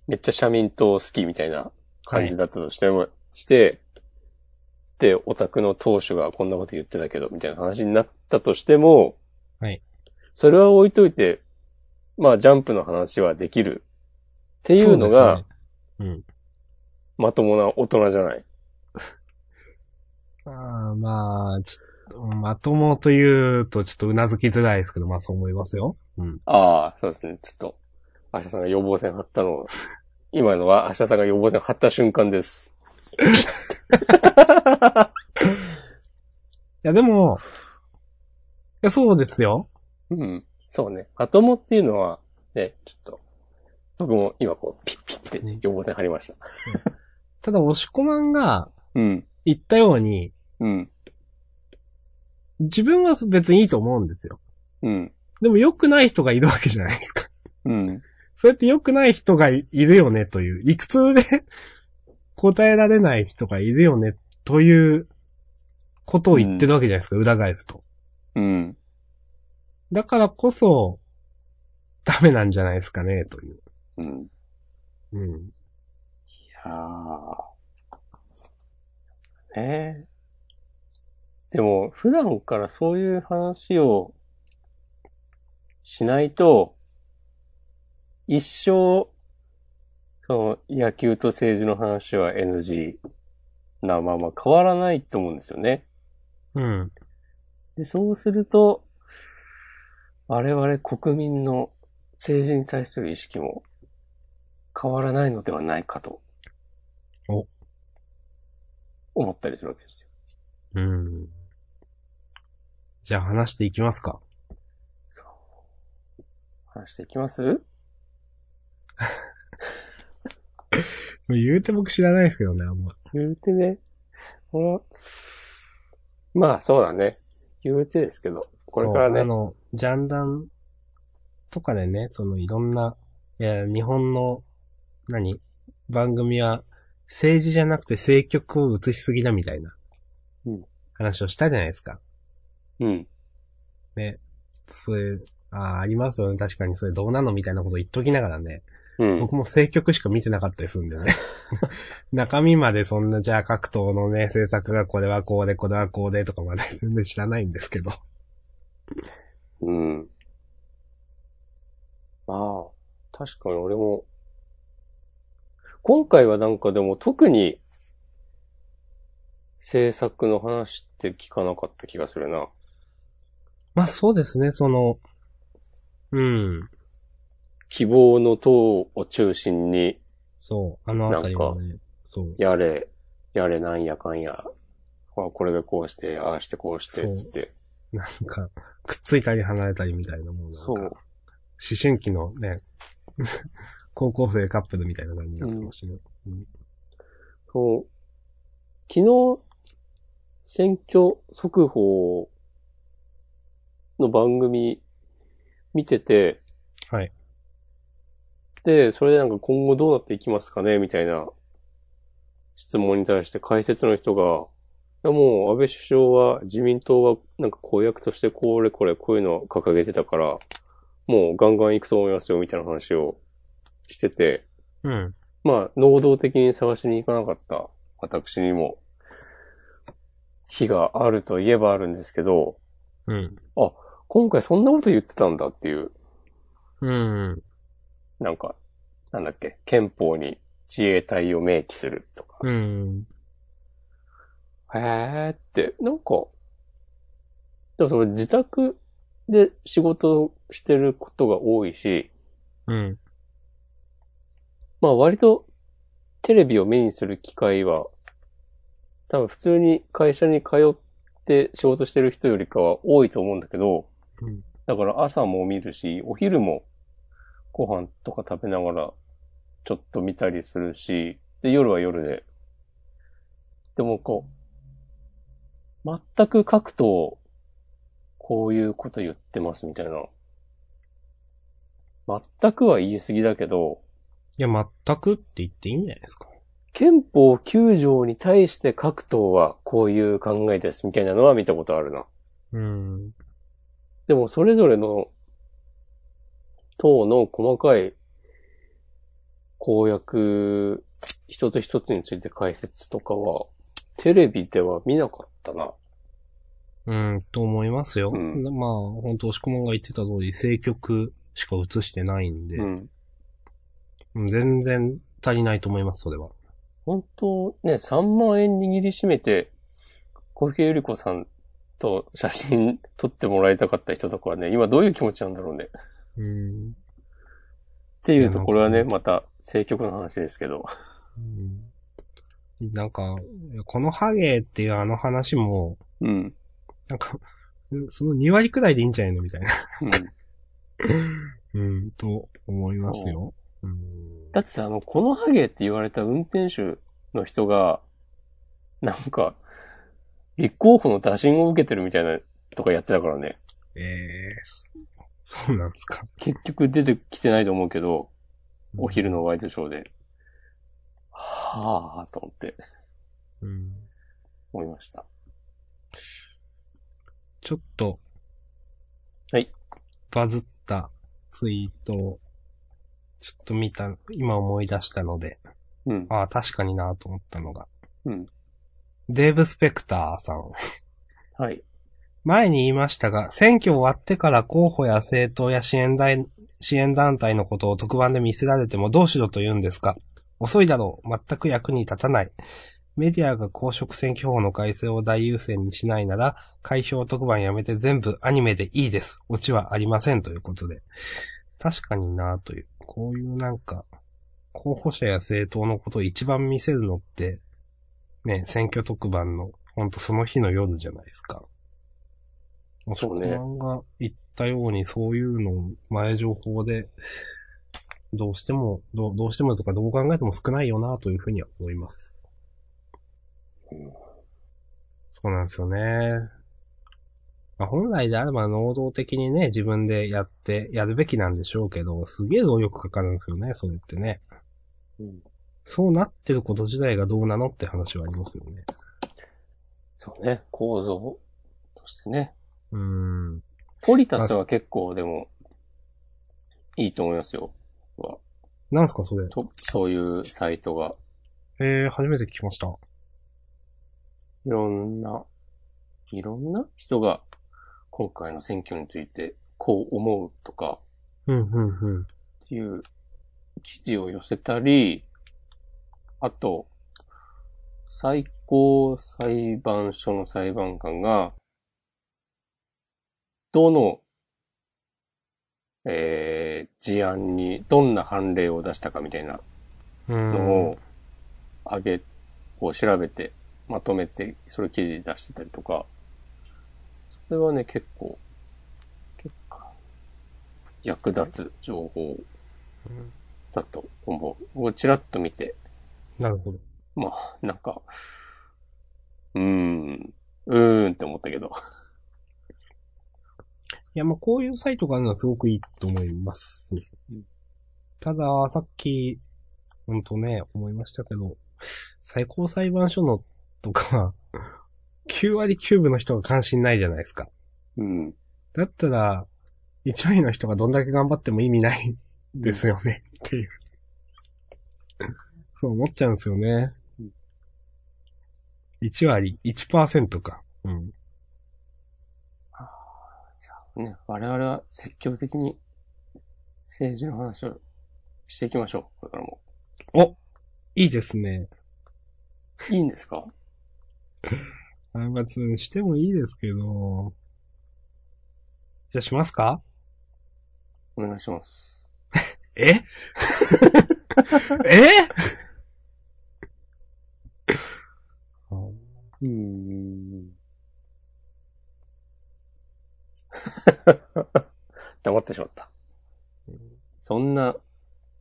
Speaker 1: めっちゃ社民党好きみたいな
Speaker 2: は
Speaker 1: 感じ
Speaker 2: い。
Speaker 1: だったとしても、して、で、オタクの当主がこんなこと言ってたけど、みたいな話になったとしても、
Speaker 2: はい。
Speaker 1: それは置いといて、まあ、ジャンプの話はできる。っていうのが、
Speaker 2: そうですね、うん。
Speaker 1: まともな大人じゃない。
Speaker 2: ああ、まあ、ちょっと、まともと言うとちょっとうなずきづらいですけど、まあそう思いますよ。うん。
Speaker 1: ああ、そうですね。ちょっと、明日さんが予防線張ったのを、今のは明日さんが予防線張った瞬間です。
Speaker 2: いや、でも、いや、そうですよ。
Speaker 1: うん。そうね。まともっていうのは、ね、ちょっと、僕も今こう、ピッピッってね、予防線張りました。
Speaker 2: ただ、押し込まんが
Speaker 1: うん。
Speaker 2: 言ったように、
Speaker 1: うん。
Speaker 2: 自分は別にいいと思うんですよ。
Speaker 1: うん。
Speaker 2: でも良くない人がいるわけじゃないですか。
Speaker 1: うん。
Speaker 2: そうやって良くない人がいいるよねという、理屈で 答えられない人がいるよねということを言ってるわけじゃないですか、裏返すと。
Speaker 1: うん。
Speaker 2: だからこそ、ダメなんじゃないですかね、という。
Speaker 1: うん。い
Speaker 2: うん。
Speaker 1: やー。ねえ。でも、普段からそういう話をしないと、一生、その、野球と政治の話は NG なまま変わらないと思うんですよね。
Speaker 2: うん。
Speaker 1: で、そうすると、我々国民の政治に対する意識も変わらないのではないかと。
Speaker 2: お
Speaker 1: 思ったりするわけですよ。
Speaker 2: うん。じゃあ話していきますか。
Speaker 1: そう。話していきます
Speaker 2: 言うて僕知らないですけどね、あんま。
Speaker 1: 言うてね。この、まあそうだね。言うてですけど、これから
Speaker 2: そうあ
Speaker 1: ね。
Speaker 2: の、ジャンダンとかでね、そのいろんな、いや、日本の、何番組は、政治じゃなくて政局を映しすぎだみたいな
Speaker 1: うん、
Speaker 2: 話をしたじゃないですか。
Speaker 1: うん。
Speaker 2: そういう、ああ、ありますよね。確かにそれどうなのみたいなこと言っときながらね、
Speaker 1: うん。
Speaker 2: 僕も政局しか見てなかったりするんでね。 中身までそんな、じゃあ各党のね、政策がこれはこうで、これはこうでとかまで全然知らないんですけど。
Speaker 1: うん。ああ、確かに俺も、今回はなんかでも特に制作の話って聞かなかった気がするな。
Speaker 2: まあそうですね、その、うん。
Speaker 1: 希望の党を中心に
Speaker 2: そう、あのあたりはね。そう。
Speaker 1: やれ、やれなんやかんや。あこれがこうして、ああしてこうして、
Speaker 2: そう
Speaker 1: つって。
Speaker 2: なんか、くっついたり離れたりみたいなもんなんか。
Speaker 1: そう
Speaker 2: 思春期のね、 高校生カップルみたいな感じになってましたね。
Speaker 1: そう。昨日、選挙速報の番組見てて、
Speaker 2: はい。
Speaker 1: で、それでなんか今後どうなっていきますかねみたいな質問に対して解説の人が、いやもう安倍首相は自民党はなんか公約としてこれこれこういうのを掲げてたから、もうガンガン行くと思いますよみたいな話をしてて、
Speaker 2: うん。
Speaker 1: まあ、能動的に探しに行かなかった私にも、日があるといえばあるんですけど、
Speaker 2: うん。
Speaker 1: 今回そんなこと言ってたんだっていう、
Speaker 2: うん。
Speaker 1: なんか、なんだっけ、憲法に自衛隊を明記するとか、
Speaker 2: うん。
Speaker 1: へーって、なんか、でもその自宅で仕事をしてることが多いし、
Speaker 2: うん。
Speaker 1: まあ割とテレビを目にする機会は、多分普通に会社に通って仕事してる人よりかは多いと思うんだけど、
Speaker 2: うん
Speaker 1: だから朝も見るし、お昼もご飯とか食べながらちょっと見たりするし、で、夜は夜で。でもこう、全く各党、こういうこと言ってますみたいな。全くは言い過ぎだけど、
Speaker 2: いや、全くって言っていいんじゃないですか。
Speaker 1: 憲法9条に対して各党はこういう考えですみたいなのは見たことあるな。
Speaker 2: うん。
Speaker 1: でもそれぞれの党の細かい公約、一つ一つについて解説とかは、テレビでは見なかったな。
Speaker 2: うん、と思いますよ。
Speaker 1: うん
Speaker 2: まあ、本当押し込まんが言ってた通り、政局しか映してないんで、
Speaker 1: うん。
Speaker 2: 全然足りないと思います、それは。
Speaker 1: 本当ね、3万円握りしめて、小池百合子さんと写真撮ってもらいたかった人とかはね、今どういう気持ちなんだろうね。
Speaker 2: うん。
Speaker 1: っていうところはいね、
Speaker 2: やな
Speaker 1: また政局の話ですけど。
Speaker 2: うんなんか、このハゲっていうあの話も、
Speaker 1: うん。
Speaker 2: なんか、その2割くらいでいいんじゃないのみたいな。
Speaker 1: うん
Speaker 2: うん、と思いますよ。う ん。
Speaker 1: だってさ、あの、このハゲって言われた運転手の人が、なんか、立候補の打診を受けてるみたいなとかやってたからね。
Speaker 2: ええそそうなんですか。
Speaker 1: 結局出てきてないと思うけど、お昼のワイドショーで。はぁ、と思って、
Speaker 2: うん。
Speaker 1: 思いました。
Speaker 2: ちょっと、
Speaker 1: はい。
Speaker 2: バズったツイートを、ちょっと見た、今思い出したので、
Speaker 1: うん。
Speaker 2: ああ、確かになと思ったのが。
Speaker 1: うん。
Speaker 2: デーブ・スペクターさん。
Speaker 1: はい。
Speaker 2: 前に言いましたが、選挙終わってから候補や政党や支援団支援団体のことを特番で見せられてもどうしろと言うんですか遅いだろう。全く役に立たない。メディアが公職選挙法の改正を大優先にしないなら、開票特番やめて全部アニメでいいです。オチはありませんということで。確かになという。こういうなんか、候補者や政党のことを一番見せるのって、ね、選挙特番の、ほんとその日の夜じゃないですか。も
Speaker 1: そうね
Speaker 2: しくは漫画言ったようにそういうのを前情報で、どうしてもどう、どうしてもとかどう考えても少ないよなというふうには思います。そうなんですよね。まあ、本来であれば能動的にね、自分でやって、やるべきなんでしょうけど、すげえ労力かかるんですよね、それってね。
Speaker 1: うん
Speaker 2: そうなってること自体がどうなのって話はありますよね。
Speaker 1: そうね、構造としてね。
Speaker 2: うーん。
Speaker 1: ポリタスは結構でも、いいと思いますよ。は
Speaker 2: なんすか、それ。
Speaker 1: とそういうサイトが。
Speaker 2: えー、初めて聞きました。
Speaker 1: いろんな、いろんな人が今回の選挙についてこう思うとか
Speaker 2: うん、うん、うん。
Speaker 1: っていう記事を寄せたり、あと、最高裁判所の裁判官が、どの、えー、事案にどんな判例を出したかみたいな
Speaker 2: う
Speaker 1: の
Speaker 2: ーん。
Speaker 1: を上げ、を調べて、まとめて、それ記事に出してたりとか、それはね、結構、結構、役立つ情報だと思う。をちらっと見て、
Speaker 2: なるほど。
Speaker 1: まあ、なんか、うーん、うーんって思ったけど。
Speaker 2: いや、まあ、こういうサイトがあるのはすごくいいと思います。ただ、さっき、ほんとね、思いましたけど、最高裁判所のとか、9割9分の人が関心ないじゃないですか。
Speaker 1: うん。
Speaker 2: だったら、1割の人がどんだけ頑張っても意味ないんですよね、 っていう。そう思っちゃうんですよね
Speaker 1: うん。
Speaker 2: 1割、1%か。うん。
Speaker 1: ね、我々は積極的に政治の話をしていきましょう。これからも。
Speaker 2: おいいですね。
Speaker 1: いいんですか
Speaker 2: あまあ、そうしてもいいですけど。じゃあしますか
Speaker 1: お願いします。
Speaker 2: え え
Speaker 1: うーん。 黙ってしまった。そんな、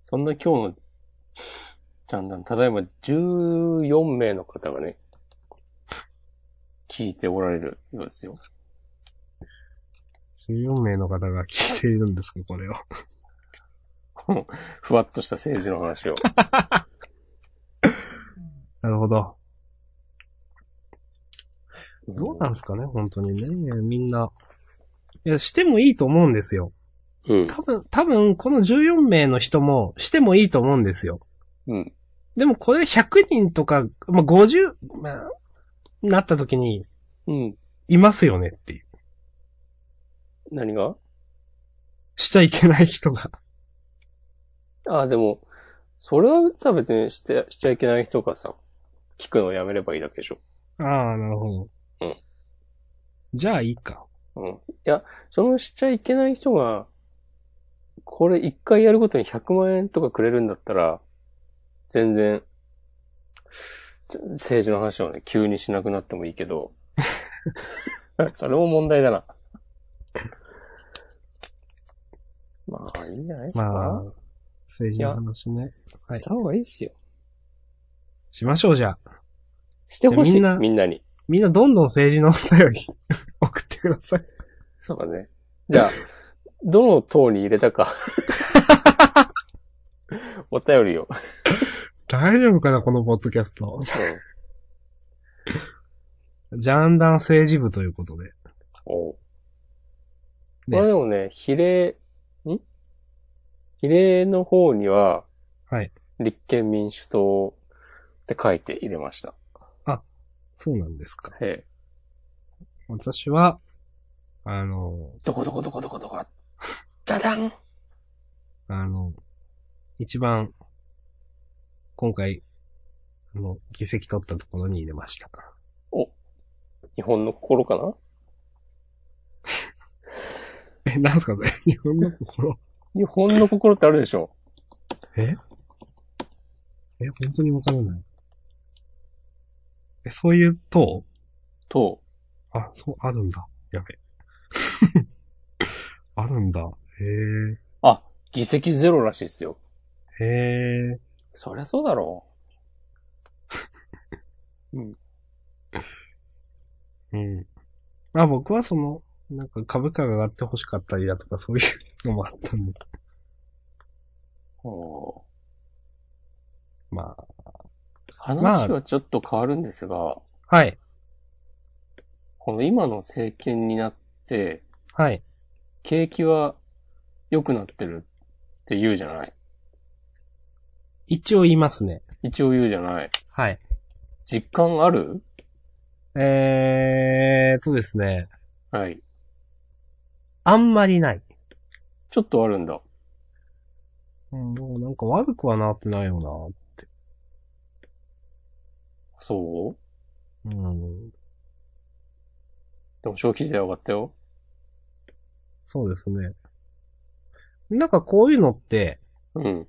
Speaker 1: そんな今日の、ちゃんだん、ただいま14名の方がね、聞いておられるようですよ。
Speaker 2: ?14 名の方が聞いているんですかこれを。
Speaker 1: このふわっとした政治の話を。
Speaker 2: なるほど。 どうなんですかね本当にね。みんな。いや、してもいいと思うんですよ。
Speaker 1: うん。
Speaker 2: 多分、多分、この14名の人も、してもいいと思うんですよ。
Speaker 1: うん。
Speaker 2: でもこれ100人とか、まあ、50、まあ、なった時に、
Speaker 1: うん。
Speaker 2: いますよねっていう。
Speaker 1: 何が
Speaker 2: しちゃいけない人が。
Speaker 1: ああ、でも、それはさ、別にして、しちゃいけない人がさ、聞くのをやめればいいだけでしょ。
Speaker 2: ああ、なるほど。
Speaker 1: うん。
Speaker 2: じゃあいいか。
Speaker 1: うん。いや、そのしちゃいけない人が、これ一回やるごとに100万円とかくれるんだったら、全然、ちょ政治の話をね、急にしなくなってもいいけど、 それも問題だな。まあ、いいんじゃないですか、
Speaker 2: まあ、政治の話ね。はい
Speaker 1: した方がいいですよ。
Speaker 2: しましょう、じゃあ。
Speaker 1: してほしい。
Speaker 2: じ
Speaker 1: み
Speaker 2: ゃ
Speaker 1: ん
Speaker 2: あ
Speaker 1: なみ
Speaker 2: みんな
Speaker 1: んなに。
Speaker 2: みんなどんどん政治のお便り 送ってください。
Speaker 1: そうだね。じゃあ、どの党に入れた か。お便 りを。
Speaker 2: 大丈夫かな、このポッドキャスト。ジャンダン政治部ということで。
Speaker 1: おう
Speaker 2: ね
Speaker 1: これでもね、比例、ん比例の方には、
Speaker 2: はい。
Speaker 1: 立憲民主党って書いて入れました。
Speaker 2: そうなんですか。
Speaker 1: ええ。
Speaker 2: 私は、あの、
Speaker 1: どこどこどこどこどこ。じゃだん
Speaker 2: あの、一番、今回、あの、議席取ったところに入れました。
Speaker 1: 日本の心かな
Speaker 2: え、なんすかそれ 日本の心。
Speaker 1: 日本の心ってあるでしょ
Speaker 2: え、本当にわからない。え、そういう党
Speaker 1: 党。
Speaker 2: あ、そう、あるんだ。やべ。 あるんだ。へ
Speaker 1: あ、議席ゼロらしいっすよ。
Speaker 2: え。へえ。
Speaker 1: そりゃそうだろう。うん。
Speaker 2: うん。まあ僕はその、なんか株価が上がって欲しかったりだとかそういうのもあったんで。
Speaker 1: おー
Speaker 2: まあ。
Speaker 1: 話はちょっと変わるんですが、
Speaker 2: はい。
Speaker 1: この今の政権になって、
Speaker 2: はい。
Speaker 1: 景気は良くなってるって言うじゃない。
Speaker 2: 一応言いますね。
Speaker 1: 一応言うじゃない。
Speaker 2: はい。
Speaker 1: 実感ある
Speaker 2: えーっとですね。
Speaker 1: はい。
Speaker 2: あんまりない。
Speaker 1: ちょっとあるんだ。
Speaker 2: うん、でもなんか悪くはなってないよ
Speaker 1: そう
Speaker 2: な。うん。
Speaker 1: でも消費税上がったよ。
Speaker 2: そうですね。なんかこういうのって、
Speaker 1: うん。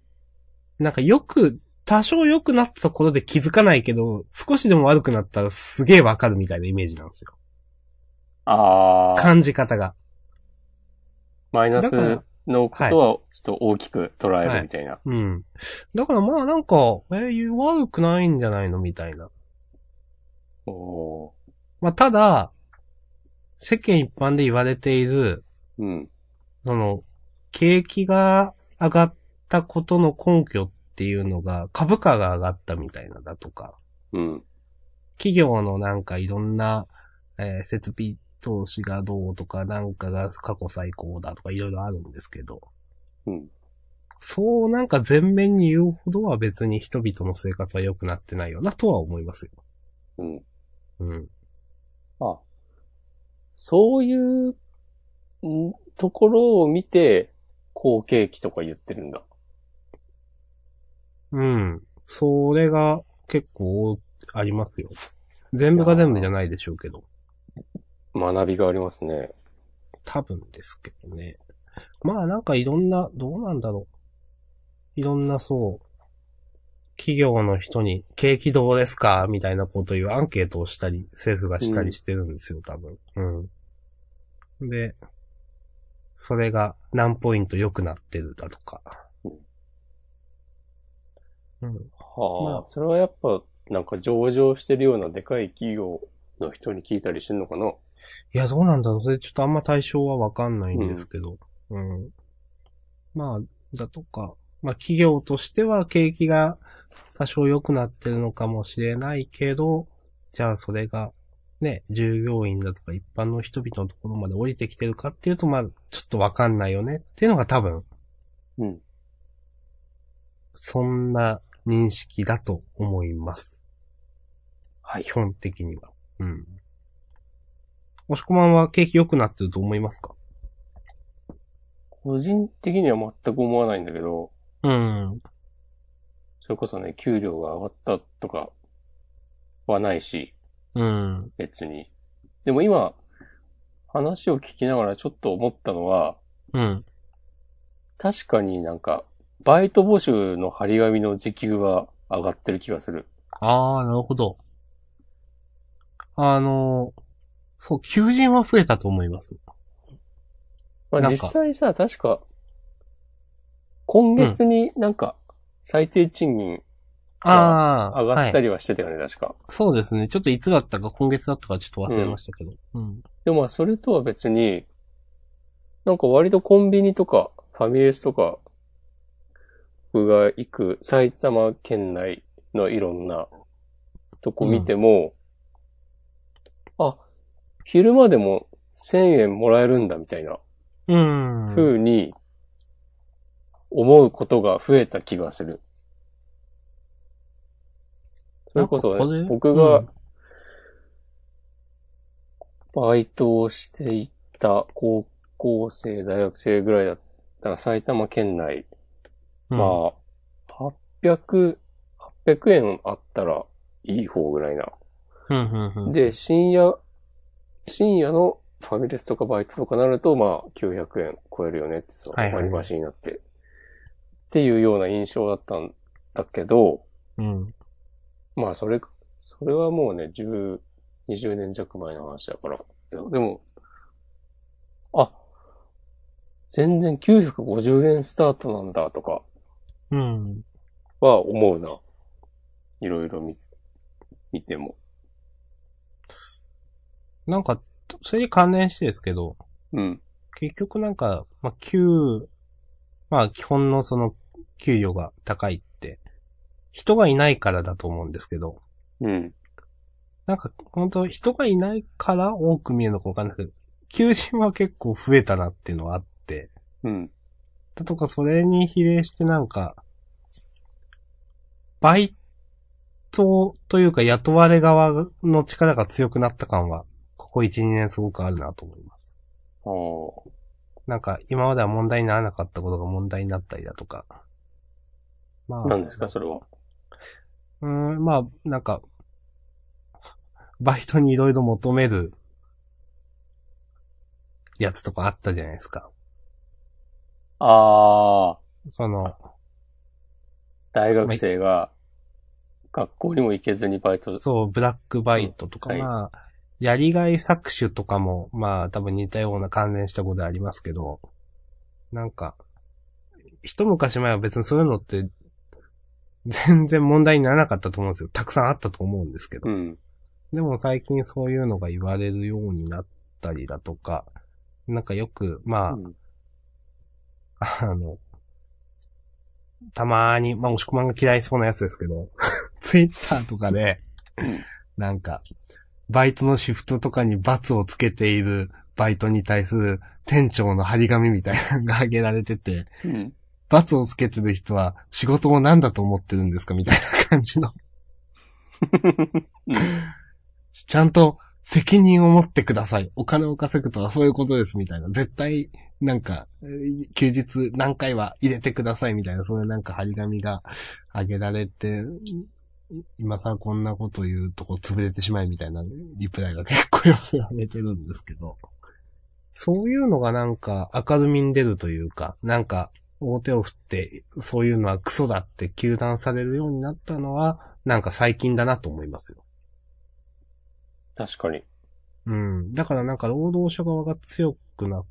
Speaker 2: なんかよく、多少良くなったところで気づかないけど、少しでも悪くなったらすげえわかるみたいなイメージなんですよ。
Speaker 1: あ ー。
Speaker 2: 感じ方が。
Speaker 1: マイナ
Speaker 2: だ
Speaker 1: ス
Speaker 2: から
Speaker 1: のことはちょっと大きく捉えるみたいな。
Speaker 2: うん。だからまあなんか、えー悪くないんじゃないのみたいな。
Speaker 1: おー。
Speaker 2: まあただ、世間一般で言われている、
Speaker 1: うん。
Speaker 2: その、景気が上がったことの根拠っていうのが、株価が上がったみたいなだとか、
Speaker 1: うん。
Speaker 2: 企業のなんかいろんな、えー設備投資がどうとか、なんかが過去最高だとかいろいろあるんですけど、
Speaker 1: うん。
Speaker 2: そうなんか全面に言うほどは別に人々の生活は良くなってないよなとは思いますよ。
Speaker 1: うん。
Speaker 2: うん。
Speaker 1: あ、そういうんところを見て、好景気とか言ってるんだ。
Speaker 2: うん。それが結構ありますよ。全部が全部じゃないでしょうけど。
Speaker 1: 学びがありますね。
Speaker 2: 多分ですけどね。まあなんかいろんな、どうなんだろう。いろんなそう、企業の人に、景気どうですかみたいなこというアンケートをしたり、政府がしたりしてるんですよ、多分。うん。で、それが何ポイント良くなってるだとか。うん。
Speaker 1: はあ、
Speaker 2: まあ
Speaker 1: それはやっぱ、なんか上場してるようなでかい企業の人に聞いたりしてんのかない
Speaker 2: や、どうなんだろう。それちょっとあんま対象はわかんないんですけど。うん。まあ、だとか。まあ、企業としては景気が多少良くなってるのかもしれないけど、じゃあそれが、ね、従業員だとか一般の人々のところまで降りてきてるかっていうと、まあ、ちょっとわかんないよねっていうのが多分、
Speaker 1: うん。
Speaker 2: そんな認識だと思います。
Speaker 1: はい
Speaker 2: 基。本的には。うん。押し込まんは景気良くなってると思いますか
Speaker 1: 個人的には全く思わないんだけど、
Speaker 2: うん。
Speaker 1: それこそね、給料が上がったとかはないし、
Speaker 2: うん。
Speaker 1: 別に。でも今、話を聞きながらちょっと思ったのは、
Speaker 2: うん。
Speaker 1: 確かになんか、バイト募集の張り紙の時給は上がってる気がする。
Speaker 2: ああ、なるほど。あの、そう、求人は増えたと思います。
Speaker 1: まあ
Speaker 2: なん
Speaker 1: 実
Speaker 2: か
Speaker 1: 際さ、確か、今月になんか、最低賃金
Speaker 2: ああ、
Speaker 1: 上がった
Speaker 2: はい。
Speaker 1: りはしてたよね、確か。
Speaker 2: そうですね。ちょっといつだったか、今月だったかちょっと忘れましたけど。うん。
Speaker 1: でもまあ、それとは別に、なんか割とコンビニとか、ファミレスとか、僕が行く埼玉県内のいろんなとこ見ても、あ、昼間でも1000円もらえるんだみたいな
Speaker 2: うん。
Speaker 1: 風に思うことが増えた気がする。それこそ、
Speaker 2: なんかこれ
Speaker 1: ね、僕
Speaker 2: う
Speaker 1: が
Speaker 2: ん
Speaker 1: バイトをしていた高校生、大学生ぐらいだったら埼玉県内、
Speaker 2: うん
Speaker 1: まあ、800、800円あったらいい方ぐらいな。
Speaker 2: うんうんうん。
Speaker 1: で、深夜、深夜のファミレスとかバイトとかなると、まあ、900円超えるよねって、その
Speaker 2: はいはいはい
Speaker 1: 割り箸になって、っていうような印象だったんだけど、
Speaker 2: うん。
Speaker 1: まあ、それ、それはもうね、10、20年弱前の話だから。でも、あ、全然950円スタートなんだとか
Speaker 2: うん。
Speaker 1: は思うな。いろいろ見、見ても。
Speaker 2: なんか、それに関連してですけど、
Speaker 1: うん。
Speaker 2: 結局なんか、まあ、給、まあ、基本のその、給料が高いって、人がいないからだと思うんですけど、
Speaker 1: うん。
Speaker 2: なんか、本当人がいないから多く見えるのかわかんないけど、求人は結構増えたなっていうのはあって、
Speaker 1: うん。
Speaker 2: だとか、それに比例してなんか、バイトというか雇われ側の力が強くなった感は、ここ1、2年すごくあるなと思います。
Speaker 1: ああ。
Speaker 2: なんか、今までは問題にならなかったことが問題になったりだとか。まあ、
Speaker 1: 何ですか、それは。
Speaker 2: うーん、まあ、なんか、バイトにいろいろ求めるやつとかあったじゃないですか。
Speaker 1: ああ、
Speaker 2: その、
Speaker 1: 大学生が学校にも行けずにバイト。
Speaker 2: そう、ブラックバイトとか、
Speaker 1: うんはい
Speaker 2: まあ、やりがい搾取とかも、まあ、多分似たような関連したことありますけど、なんか、一昔前は別にそういうのって、全然問題にならなかったと思うんですよ。たくさんあったと思うんですけど。
Speaker 1: うん。
Speaker 2: でも最近そういうのが言われるようになったりだとか、なんかよく、まあ、
Speaker 1: うん
Speaker 2: あの、たまーに、まあ、押し込まんが嫌いそうなやつですけど、 ツイッターとかで
Speaker 1: うん、
Speaker 2: なんか、バイトのシフトとかに罰をつけているバイトに対する店長の張り紙みたいなのが挙げられてて、
Speaker 1: うん。
Speaker 2: 罰をつけてる人は仕事を何だと思ってるんですかみたいな感じの。ちゃんと責任を持ってください。お金を稼ぐとはそういうことですみたいな。絶対、なんか、えー休日何回は入れてくださいみたいな、そういうなんか張り紙が上げられて、今さこんなこと言うとこ潰れてしまいみたいなリプライが結構寄せられてるんですけど。そういうのがなんか明るみに出るというか、なんか表を振って、そういうのはクソだって糾弾されるようになったのは、なんか最近だなと思いますよ。
Speaker 1: 確かに。
Speaker 2: うん。だからなんか労働者側が強くなっ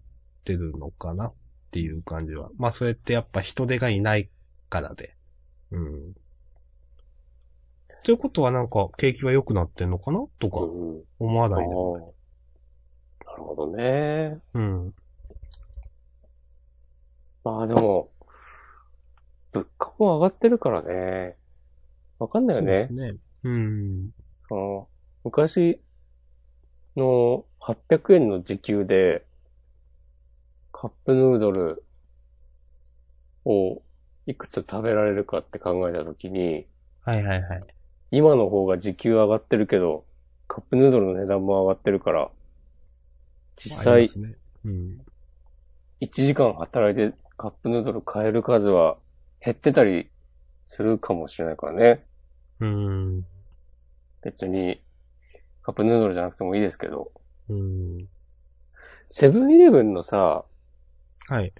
Speaker 2: てるのかなっていう感じは。まあそれってやっぱ人手がいないからで。うん。ということはなんか景気は良くなってんのかなとか
Speaker 1: うん
Speaker 2: 思わ
Speaker 1: あー
Speaker 2: ない
Speaker 1: な
Speaker 2: で
Speaker 1: る
Speaker 2: も。
Speaker 1: ほどね。
Speaker 2: うん。
Speaker 1: まあでも、物価も上がってるからね。わかんない
Speaker 2: そ
Speaker 1: よ
Speaker 2: う
Speaker 1: ね。
Speaker 2: ですね。うん。
Speaker 1: その昔の800円の時給で、カップヌードルをいくつ食べられるかって考えたときに、
Speaker 2: はいはいはい。
Speaker 1: 今の方が時給上がってるけど、カップヌードルの値段も上がってるから、実
Speaker 2: あり
Speaker 1: 際
Speaker 2: ますね。うん。
Speaker 1: 1時間働いてカップヌードル買える数は減ってたりするかもしれないからね。
Speaker 2: うん。
Speaker 1: 別にカップヌードルじゃなくてもいいですけど。
Speaker 2: うん。
Speaker 1: セブンイレブンのさ、
Speaker 2: はい。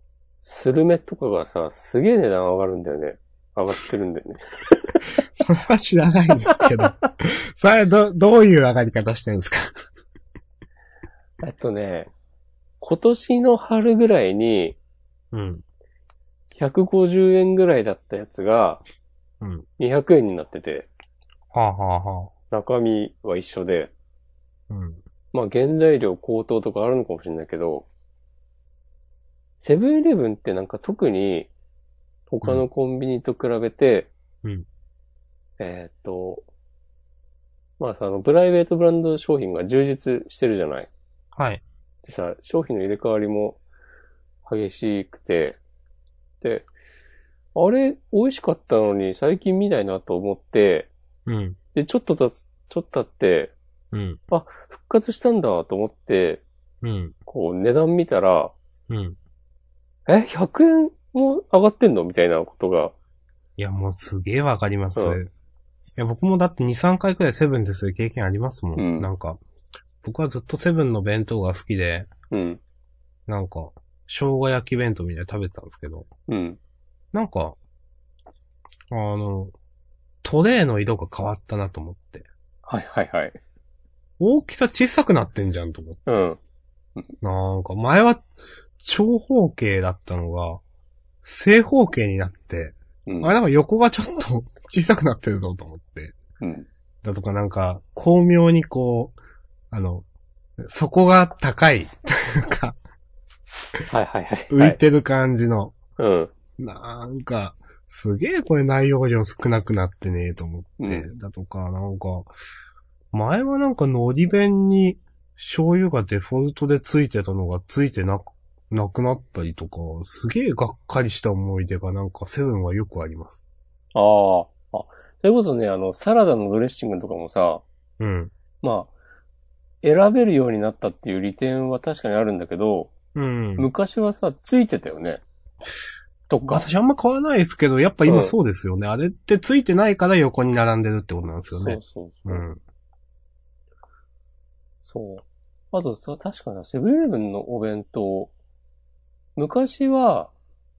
Speaker 1: スルメとかがさ、すげえ値段上がるんだよね。上がってるんだよね。
Speaker 2: それは知らないんですけど。 それはど、どういう上がり方してるんですか
Speaker 1: えっとね、今年の春ぐらいに
Speaker 2: うん。
Speaker 1: 150円ぐらいだったやつが
Speaker 2: うん。
Speaker 1: 200円になってて、
Speaker 2: はあ、はあは
Speaker 1: 中身は一緒で、
Speaker 2: あ、うん。
Speaker 1: まあ原材料高騰とかあるのかもしれないけど、セブンイレブンってなんか特に他のコンビニと比べて、
Speaker 2: うん
Speaker 1: えーっと、まあさ、あの、プライベートブランド商品が充実してるじゃない。
Speaker 2: はい。
Speaker 1: でさ、商品の入れ替わりも激しくて、で、あれ、美味しかったのに最近見ないなと思って、
Speaker 2: うん。
Speaker 1: で、ちょっと経つ、ちょっと経って、
Speaker 2: うん。
Speaker 1: 復活したんだと思って、
Speaker 2: うん。
Speaker 1: こう値段見たら、
Speaker 2: うん。
Speaker 1: え、100円も上がってんのみたいなことが。
Speaker 2: いや、もうすげえわかります。
Speaker 1: うん
Speaker 2: いや、僕もだって2、3回くらいセブンでする経験ありますもん。
Speaker 1: うん
Speaker 2: なんか、僕はずっとセブンの弁当が好きで、
Speaker 1: うん。
Speaker 2: なんか、生姜焼き弁当みたいなの食べてたんですけど、
Speaker 1: うん。
Speaker 2: なんか、あの、トレイの色が変わったなと思って。
Speaker 1: はいはいはい。
Speaker 2: 大きさ小さくなってんじゃんと思って。
Speaker 1: うん。
Speaker 2: なんか前は長方形だったのが、正方形になって、
Speaker 1: うん。
Speaker 2: あれなんか横がちょっと小さくなってるぞと思って。
Speaker 1: うん。
Speaker 2: だとかなんか、巧妙にこう、あの、底が高いというか、
Speaker 1: はいはいはい。
Speaker 2: 浮いてる感じの、
Speaker 1: はい。
Speaker 2: なんか、すげえこれ内容量少なくなってねえと思って、
Speaker 1: うん
Speaker 2: だとか、なんか、前はなんか海苔弁に醤油がデフォルトでついてたのがついてなく、なくなったりとか、すげえがっかりした思い出がなんかセブンはよくあります。
Speaker 1: うん。ああ。あ、それこそね、あの、サラダのドレッシングとかもさ、
Speaker 2: うん。
Speaker 1: まあ、選べるようになったっていう利点は確かにあるんだけど、
Speaker 2: うん。
Speaker 1: 昔はさ、ついてたよね。とか。
Speaker 2: 私あんま買わないですけど、やっぱ今そうですよね。あれってついてないから横に並んでるってことなんです
Speaker 1: そ
Speaker 2: よ
Speaker 1: う
Speaker 2: ね。
Speaker 1: そうそうう。
Speaker 2: ん。
Speaker 1: そう。あとさ、確かにセブンイレブンのお弁当、昔は、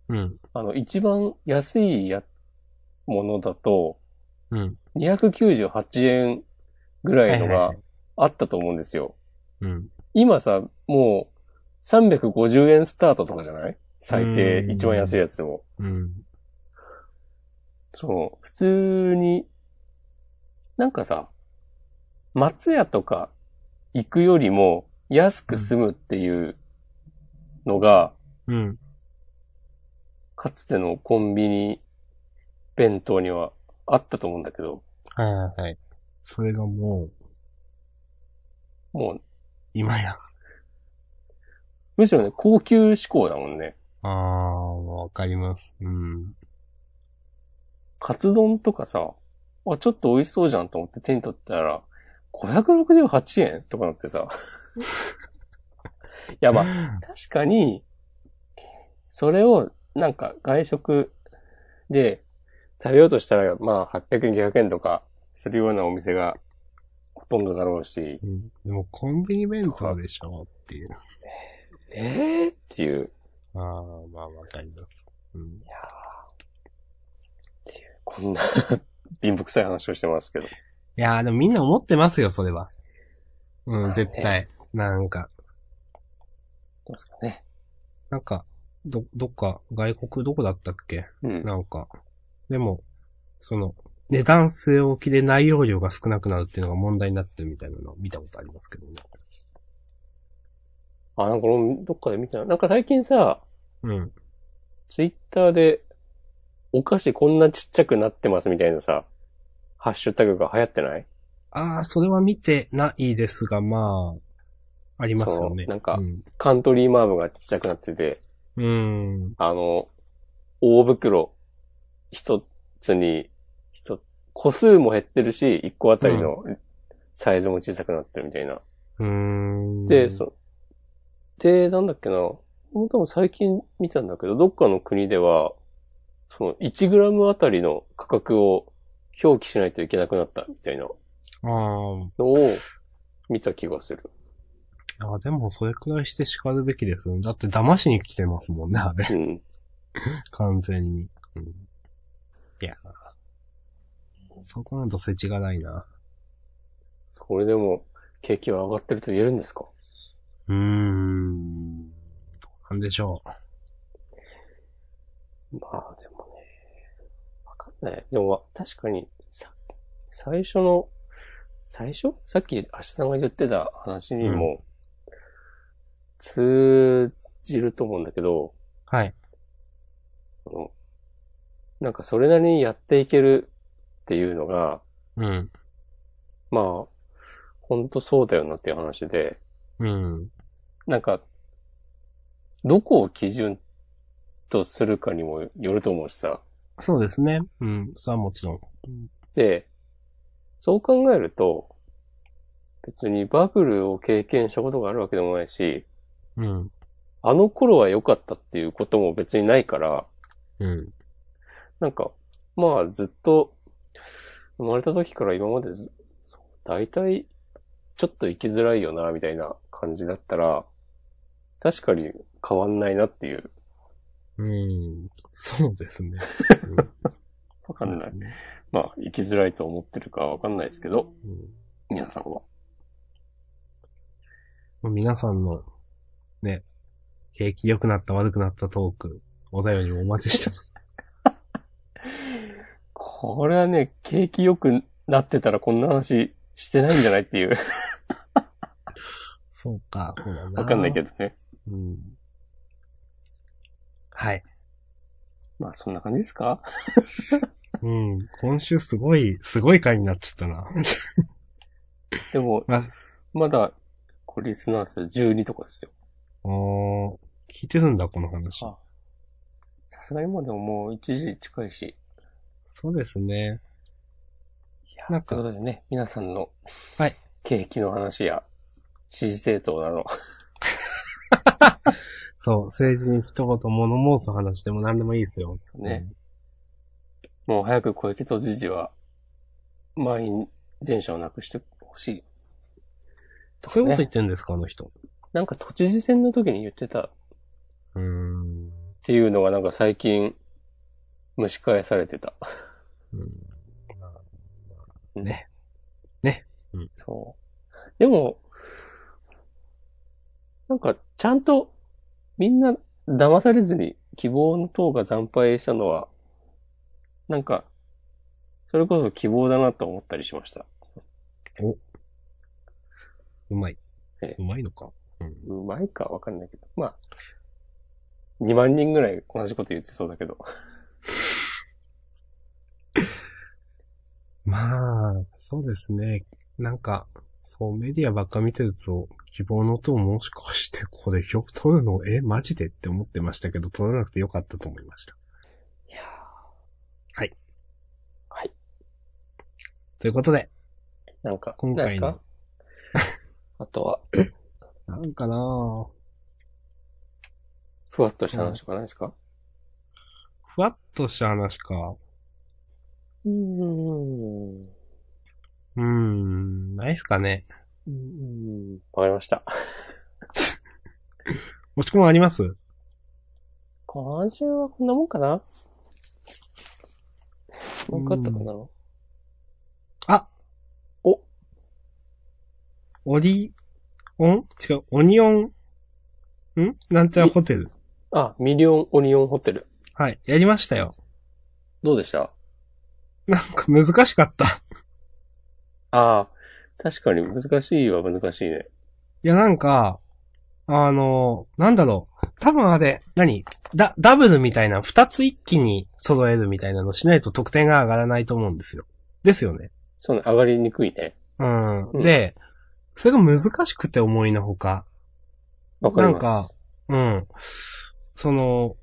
Speaker 2: うん。
Speaker 1: あの、一番安いや、ものだと、
Speaker 2: うん。
Speaker 1: 298円ぐらいの
Speaker 2: はいはい
Speaker 1: が
Speaker 2: は
Speaker 1: あったと思うんですよ。
Speaker 2: うん。
Speaker 1: 今さ、もう、350円スタートとかじゃない最低
Speaker 2: う、ん
Speaker 1: 一番安いやつでも。
Speaker 2: うん。
Speaker 1: そう。普通に、なんかさ、松屋とか行くよりも安く済むっていうのが、
Speaker 2: うん。
Speaker 1: かつてのコンビニ弁当にはあったと思うんだけど、
Speaker 2: はいはいはい。それがもう、
Speaker 1: もう、
Speaker 2: 今や。
Speaker 1: むしろね、高級志向だもんね。
Speaker 2: ああ、わかります。うん。
Speaker 1: カツ丼とかさ、あ、ちょっと美味しそうじゃんと思って手に取ったら、568円とかなって さ。いや、まあ、確かに、それを、なんか、外食で食べようとしたら、まあ、800円、900円とかするようなお店がほとんどだろうし、
Speaker 2: うんでもコンビニ弁当でしょっていう。
Speaker 1: えーっていう、
Speaker 2: ああ、まあわかります。うん。
Speaker 1: こんな 貧乏くさい話をしてますけど。
Speaker 2: いやーでもみんな思ってますよ、それは。
Speaker 1: まあ
Speaker 2: う
Speaker 1: ね
Speaker 2: ん、絶対。なんか、
Speaker 1: どうですかね。
Speaker 2: なんか、ど、どっか、外国どこだったっけ
Speaker 1: うん。
Speaker 2: なんか、でも、その、値段据え置きで内容量が少なくなるっていうのが問題になってるみたいなのを見たことありますけどね。
Speaker 1: あ、なんか俺もどっかで見たな。なんか最近さ、
Speaker 2: うん。
Speaker 1: ツイッターで、お菓子こんなちっちゃくなってますみたいなさ、ハッシュタグが流行ってない
Speaker 2: ああ、それは見てないですが、まあ、ありますよね。
Speaker 1: そうなんか
Speaker 2: うん。
Speaker 1: カントリーマームがちっちゃくなってて、
Speaker 2: うん
Speaker 1: あの、大袋、一つに、一つ、個数も減ってるし、一個あたりのサイズも小さくなってるみたいな。
Speaker 2: うーん。
Speaker 1: で、そ、で、なんだっけな、もう多分最近見たんだけど、どっかの国では、その 1g あたりの価格を表記しないといけなくなったみたいな
Speaker 2: あ
Speaker 1: のを見た気がする。
Speaker 2: あ。あでも、それくらいして叱るべきですよね。だって、騙しに来てますもんね、あれ。
Speaker 1: うん。
Speaker 2: 完全に。うん、いやーそこなんと世知がないな。
Speaker 1: これでも、景気は上がってると言えるんですか
Speaker 2: うーん。どうなんでしょ
Speaker 1: まあでもね、わかんない。でもわ確かに、さ、最初の、最初さっき明日さんが言ってた話にも、通じると思うんだけど、
Speaker 2: はい。
Speaker 1: あのなんかそれなりにやっていけるっていうのが、
Speaker 2: うん。
Speaker 1: まあ、ほんとそうだよなっていう話で、
Speaker 2: うん。
Speaker 1: なんか、どこを基準とするかにもよると思うしさ。
Speaker 2: そうですね。うん。それはもちろん。
Speaker 1: で、そう考えると、別にバブルを経験したことがあるわけでもないし、
Speaker 2: うん。
Speaker 1: あの頃は良かったっていうことも別にないから、
Speaker 2: うん。
Speaker 1: なんか、まあずっと、生まれた時から今までず、そう大体、ちょっと生きづらいよな、みたいな感じだったら、確かに変わんないなっていう。
Speaker 2: うん。そうですね。 うん
Speaker 1: わか
Speaker 2: そ
Speaker 1: ん
Speaker 2: う
Speaker 1: な
Speaker 2: で
Speaker 1: い
Speaker 2: す。ね。
Speaker 1: まあ、生きづらいと思ってるかはわかんないですけど、
Speaker 2: うん
Speaker 1: 皆さんは。
Speaker 2: もう皆さんの、ね、景気良くなった悪くなったトーク、お便りをお待ちしてます。
Speaker 1: これはね、景気良くなってたらこんな話してないんじゃないって いう。
Speaker 2: そうか、そうだな。
Speaker 1: わかんないけ
Speaker 2: ど。
Speaker 1: どね。
Speaker 2: うん。はい。
Speaker 1: まあ、そんな感じですか
Speaker 2: うん。今週すごい、すごい回になっちゃったな。
Speaker 1: でも、
Speaker 2: ま
Speaker 1: まだ、これリスナー数12とかですよ。
Speaker 2: おー、聞いてるんだ、この話。
Speaker 1: あさすがにもうでももう1時近いし。
Speaker 2: そうですね。
Speaker 1: いや
Speaker 2: なんか
Speaker 1: ということでね、皆さんの、
Speaker 2: はい。
Speaker 1: 景気の話や、支持政党など、
Speaker 2: そう、政治に一言物申す話でも何でもいいですよ。
Speaker 1: ね。もう早く小池都知事は、満員電車をなくしてほしい。
Speaker 2: うん。そういうこと
Speaker 1: ね
Speaker 2: 言ってんですか、あの人。
Speaker 1: なんか都知事選の時に言ってた
Speaker 2: うーん。
Speaker 1: っていうのがなんか最近、蒸し返されてた。
Speaker 2: うんね。ね。うん
Speaker 1: そう。でも、なんかちゃんとみんな騙されずに希望の党が惨敗したのは、なんか、それこそ希望だなと思ったりしました。
Speaker 2: うまい
Speaker 1: え。
Speaker 2: うまいのか。うん。
Speaker 1: うまいかわかんないけど。まあ、2万人ぐらい同じこと言ってそうだけど。
Speaker 2: まあ、そうですね。なんか、そう、メディアばっか見てると、希望の党もしかしてこれよく取るのえ、マジでって思ってましたけど、取らなくてよかったと思いました。
Speaker 1: いや
Speaker 2: はい。
Speaker 1: はい。
Speaker 2: ということで、
Speaker 1: なんか、
Speaker 2: 今
Speaker 1: ないです
Speaker 2: 回の
Speaker 1: か あとは、
Speaker 2: なんかなぁ
Speaker 1: ふわっとした話とかないですか
Speaker 2: ふわっとした話か。
Speaker 1: うん。
Speaker 2: うーん、ないっすかね。
Speaker 1: うん。わかりました。
Speaker 2: もしくもあります
Speaker 1: 今週はこんなもんかな分かったかな
Speaker 2: オリ、オン違う、オニオン、んなんちゃらホテル。
Speaker 1: あ、ミリオンオニオンホテル。
Speaker 2: はい、やりましたよ。
Speaker 1: どうでした
Speaker 2: なんか難しかった。
Speaker 1: ああ、確かに難しいは難しいね。
Speaker 2: いや、なんか、あの、なんだろう。多分あれ、何ダ、ダブルみたいな、二つ一気に揃えるみたいなのしないと得点が上がらないと思うんですよ。ですよね。
Speaker 1: そうね、上がりにくいね。
Speaker 2: うん。
Speaker 1: うん
Speaker 2: で、それが難しくて思いのほか。
Speaker 1: わかります。
Speaker 2: なんか、うん。その、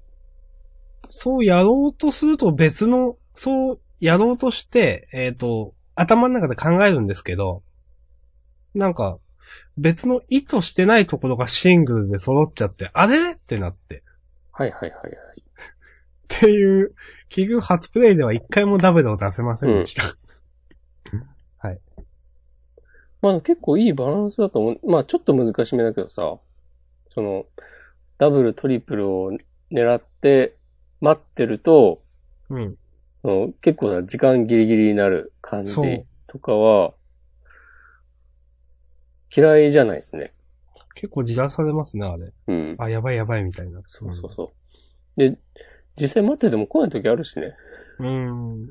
Speaker 2: そうやろうとすると別の、そうやろうとして、えっ、と、頭の中で考えるんですけど、なんか、別の意図してないところがシングルで揃っちゃって、あれってなって。
Speaker 1: はいはいはいはい。
Speaker 2: っていう、結局初プレイでは一回もダブルを出せませんでした。
Speaker 1: まあ結構いいバランスだと思う。まあちょっと難しめだけどさ、その、ダブル、トリプルを狙って待ってると、
Speaker 2: うん。
Speaker 1: その結構な時間ギリギリになる感じ
Speaker 2: そう
Speaker 1: とかは、嫌いじゃないですね。
Speaker 2: 結構じらされますね、あれ。
Speaker 1: うん。
Speaker 2: あ、やばいやばいみたいな。
Speaker 1: そうそう
Speaker 2: うん
Speaker 1: そう。で、実際待ってても来ない時あるしね。
Speaker 2: うん。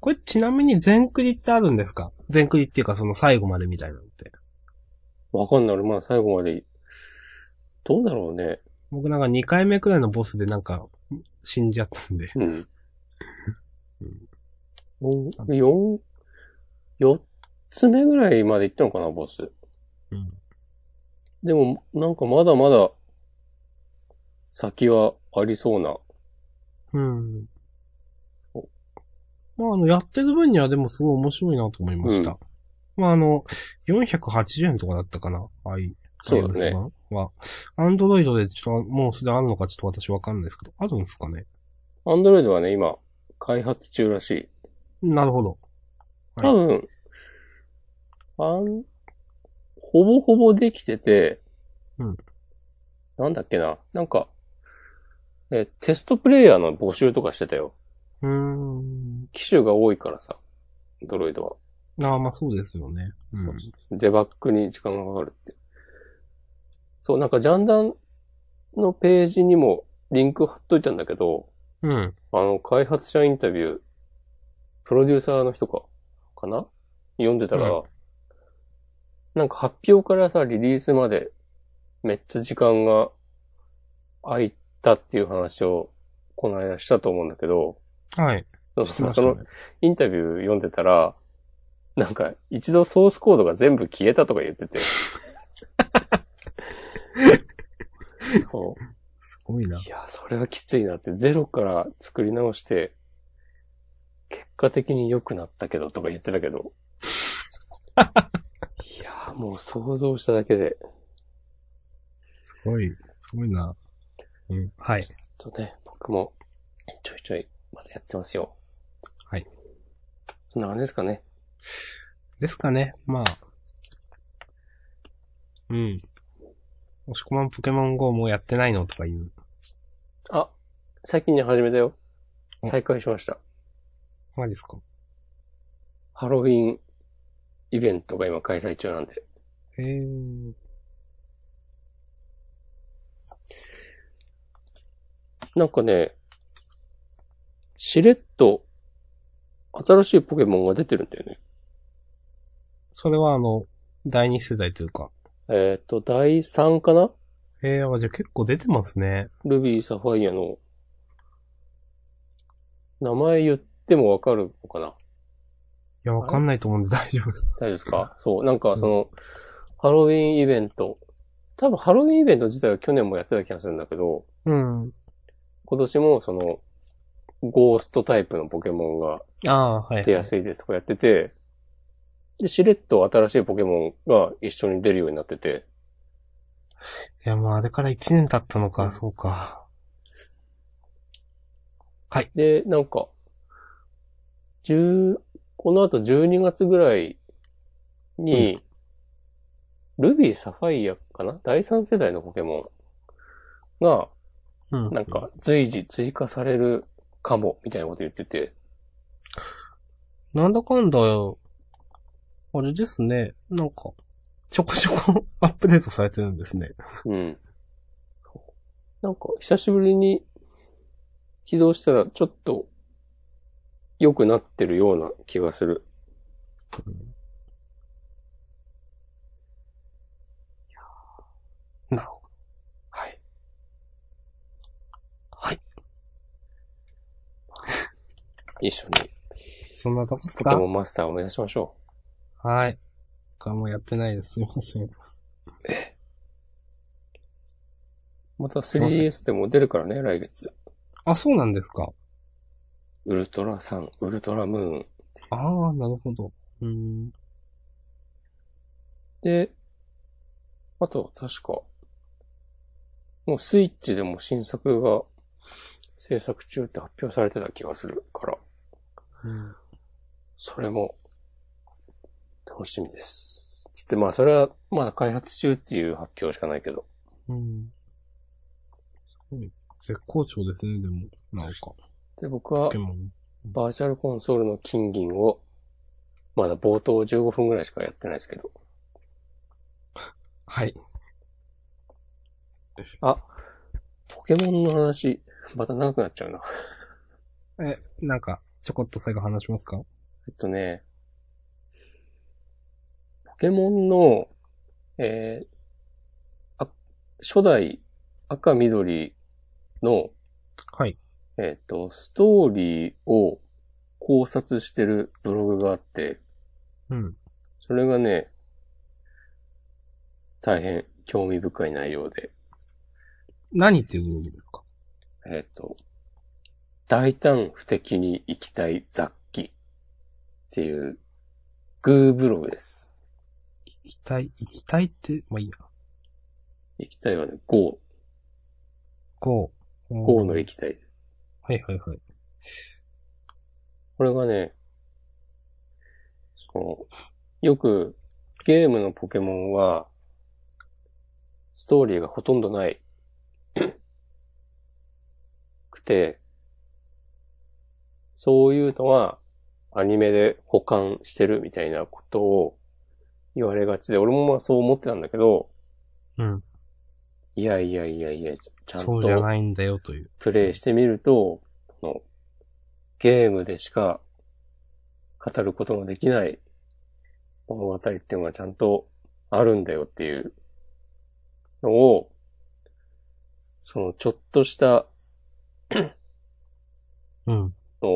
Speaker 2: これちなみに全クリってあるんですか全クリっていうかその最後までみたいなのって。
Speaker 1: わかんない。俺まあ最後までい、どうだろうね。
Speaker 2: 僕なんか2回目くらいのボスでなんか死んじゃったんで。
Speaker 1: うん。四、四つ目ぐらいまで行ったのかな、ボス。
Speaker 2: うん。
Speaker 1: でも、なんかまだまだ、先はありそうな。
Speaker 2: うん。まああの、やってる分にはでもすごい面白いなと思いました。まああの、480円とかだったかなあい
Speaker 1: そうだね。
Speaker 2: iOS 版は。アンドロイドでちょっともうすでにあるのかちょっと私わかんないですけど、あるんですかね
Speaker 1: アンドロイドはね、今、開発中らしい。
Speaker 2: なるほど。はい
Speaker 1: 多分、あん、ほぼほぼできてて、
Speaker 2: うん
Speaker 1: なんだっけな、なんか、え、テストプレイヤーの募集とかしてたよ。
Speaker 2: うーん。
Speaker 1: 機種が多いからさ、アンドロイドは。
Speaker 2: ああ、まあそうですよね。うん。
Speaker 1: デバッグに時間がかかるって。そう、なんかジャンダンのページにもリンク貼っといたんだけど、
Speaker 2: うん。
Speaker 1: あの、開発者インタビュー、プロデューサーの人か、かな読んでたら、
Speaker 2: う
Speaker 1: なんか発表からさ、リリースまで、めっちゃ時間が空いたっていう話を、この間したと思うんだけど、
Speaker 2: はい。
Speaker 1: そ
Speaker 2: しま
Speaker 1: の
Speaker 2: した
Speaker 1: その
Speaker 2: ね。
Speaker 1: インタビュー読んでたら、なんか、一度ソースコードが全部消えたとか言 ってて。そう
Speaker 2: すごいな。
Speaker 1: いや、それはきついなって、ゼロから作り直して、結果的に良くなったけどとか言ってたけ ど。いやー、もう想像しただけで、
Speaker 2: すごい、すごいな。うん。はい。
Speaker 1: ちょっとね、僕もちょいちょいまたやってますよ。
Speaker 2: はい。
Speaker 1: そんな感じですかね。
Speaker 2: ですかね。まあ。うん。もしこまんポケモン GO もうやってないのとかいう。
Speaker 1: あ、最近に始めたよ。
Speaker 2: お
Speaker 1: 再開しました。
Speaker 2: マジですか
Speaker 1: ハロウィンイベントが今開催中なんで。
Speaker 2: へえー。
Speaker 1: なんかね、しれっと新しいポケモンが出てるんだよね。
Speaker 2: それはあの、第二世代というか。
Speaker 1: えっ、と、第3かな
Speaker 2: ええー、あじゃあ結構出てますね。
Speaker 1: ルビー、サファイアの、名前言ってもわかるのかない
Speaker 2: や、わかんないと思うんで大丈夫です。
Speaker 1: 大丈夫ですかそう、なんかその、ハロウィンイベント。多分ハロウィンイベント自体は去年もやってた気がするんだけど、
Speaker 2: うん。
Speaker 1: 今年もその、ゴーストタイプのポケモンが
Speaker 2: ああ、はい。
Speaker 1: 出やすいですとかやってて、で、しれっと新しいポケモンが一緒に出るようになってて、
Speaker 2: いや、もうあれから1年経ったのか、そうか。
Speaker 1: で、なんか、10この後12月ぐらいに、ルビー、サファイアかな第3世代のポケモンが、
Speaker 2: うん。
Speaker 1: なんか、随時追加されるかも、みたいなこと言ってて、
Speaker 2: なんだかんだ、あれですね。なんか、ちょこちょこ アップデートされてるんですね。
Speaker 1: うん。なんか、久しぶりに起動したら、ちょっと、良くなってるような気がする。
Speaker 2: なるほど。
Speaker 1: はい。
Speaker 2: はい。
Speaker 1: 一緒に、
Speaker 2: そんなとこです
Speaker 1: ポケ
Speaker 2: か
Speaker 1: モンマスターを目指しましょ
Speaker 2: はい。僕はもうやってないです。すいません。
Speaker 1: う。また
Speaker 2: すいません
Speaker 1: 3DS でも出るからね、来月。
Speaker 2: あ、そうなんですか。
Speaker 1: ウルトラサン、ウルトラムーン。
Speaker 2: ああ、なるほど。うーん。
Speaker 1: で、あと、確か、もうスイッチでも新作が制作中って発表されてた気がするから、それも楽しみです。つって、まあそれはまだ開発中っていう発表しかないけど、
Speaker 2: うん。すごい。絶好調ですね、でも。なんか。
Speaker 1: で、僕は
Speaker 2: ポケモン。
Speaker 1: バーチャルコンソールの金銀を、まだ冒頭15分ぐらいしかやってないですけど、
Speaker 2: はい。
Speaker 1: ポケモンの話、また長くなっちゃうな。
Speaker 2: え、なんか、ちょこっと最後話しますか
Speaker 1: えっとね、ポケモンの、えーあ、初代赤緑の、
Speaker 2: はい。
Speaker 1: えっ、と、ストーリーを考察してるブログがあって、
Speaker 2: うん。
Speaker 1: それがね、大変興味深い内容で、
Speaker 2: 何っていう意味ですか
Speaker 1: えっ、と、大胆不敵に行きたい雑記っていう、グーブログです。
Speaker 2: 行きたい、行きたいって、まあいいや。
Speaker 1: 行きたいはね、GO、
Speaker 2: こう。
Speaker 1: GO の行きたい。
Speaker 2: はいはいはい。
Speaker 1: これがね、こう、よくゲームのポケモンは、ストーリーがほとんどない、 くて、そういうのはアニメで保管してるみたいなことを言われがちで、俺もまあそう思ってたんだけど、
Speaker 2: うん。
Speaker 1: いやいやいやいや、ちゃん
Speaker 2: そうじゃ
Speaker 1: と
Speaker 2: ないんだよという。
Speaker 1: プレイしてみると、そのゲームでしか語ることのできない物語っていうのがちゃんとあるんだよっていうのを、そのちょっとした
Speaker 2: うん。
Speaker 1: そ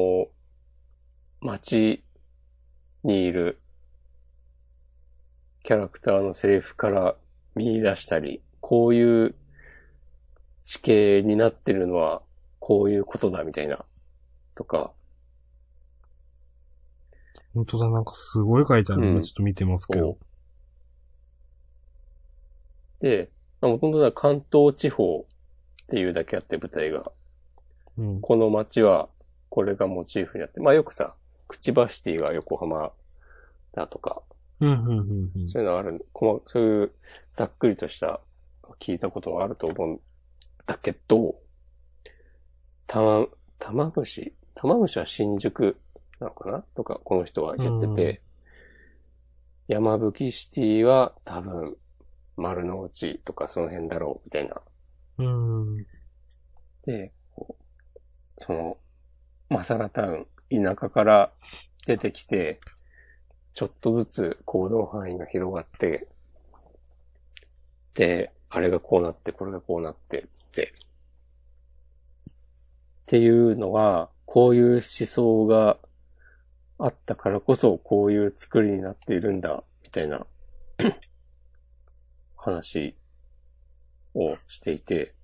Speaker 1: の街にいるキャラクターのセリフから見出したり、こういう地形になってるのはこういうことだみたいな、とか、
Speaker 2: 本当だ、なんかすごい書いてある。
Speaker 1: うん
Speaker 2: 今ちょっと見てますけど
Speaker 1: こ。う。で、もともとは関東地方っていうだけあって舞台が、
Speaker 2: うん。
Speaker 1: この街はこれがモチーフになって、まあよくさ、クチバシティが横浜だとか、
Speaker 2: うん、うん、うん、うん。
Speaker 1: そういうのある、こまそういうざっくりとした聞いたことはあると思うんだけど、たま、玉虫玉虫は新宿なのかなとか、この人は言ってて、山吹シティは多分丸の内とかその辺だろうみたいな。
Speaker 2: うん。
Speaker 1: で、こうその、マサラタウン、田舎から出てきて、ちょっとずつ行動範囲が広がって、で、あれがこうなって、これがこうなって、つって。っていうのは、こういう思想があったからこそ、こういう作りになっているんだ、みたいな、 話をしていて、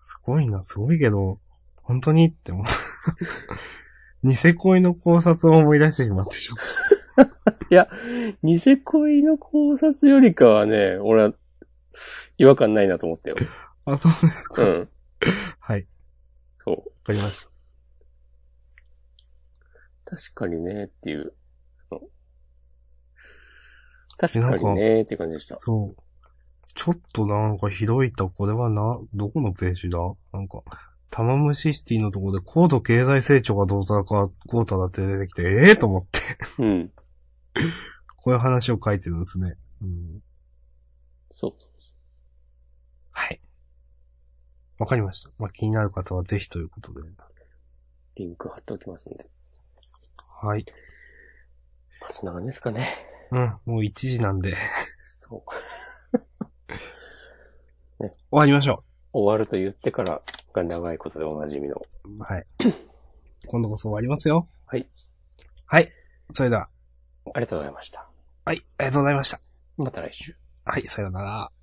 Speaker 2: すごいな、すごいけど、本当にって思う。 ニセ恋の考察を思い出してしまって、ちょっと。
Speaker 1: いや、ニセ恋の考察よりかはね、俺は違和感ないなと思ったよ。
Speaker 2: あ、そうです
Speaker 1: う
Speaker 2: か。
Speaker 1: ん。
Speaker 2: はい。
Speaker 1: そう。
Speaker 2: わかりました。
Speaker 1: 確かにね、っていう。うん確かにね、っていう感じでした。
Speaker 2: そう。ちょっとなんかひどいとこれはな、どこのページだなんか、玉虫シティのところで高度経済成長がどうたらか、こうたらって出てきて、ええと思って、
Speaker 1: うん。
Speaker 2: こういう話を書いてるんですね。うん。
Speaker 1: そう。
Speaker 2: はい。わかりました。まあ、気になる方はぜひということで。
Speaker 1: リンク貼っておきますんで。
Speaker 2: はい。
Speaker 1: まあそんな感じですかね。
Speaker 2: うん、もう1時なんで、終
Speaker 1: そう。
Speaker 2: わりましょう。
Speaker 1: 終わると言ってからが長いことでおなじみの。
Speaker 2: はい。今度こそ終わりますよ。
Speaker 1: はい。
Speaker 2: はい。それでは、
Speaker 1: ありがとうございました。
Speaker 2: はい、ありがとうございました。
Speaker 1: また来週。
Speaker 2: はい、さようなら。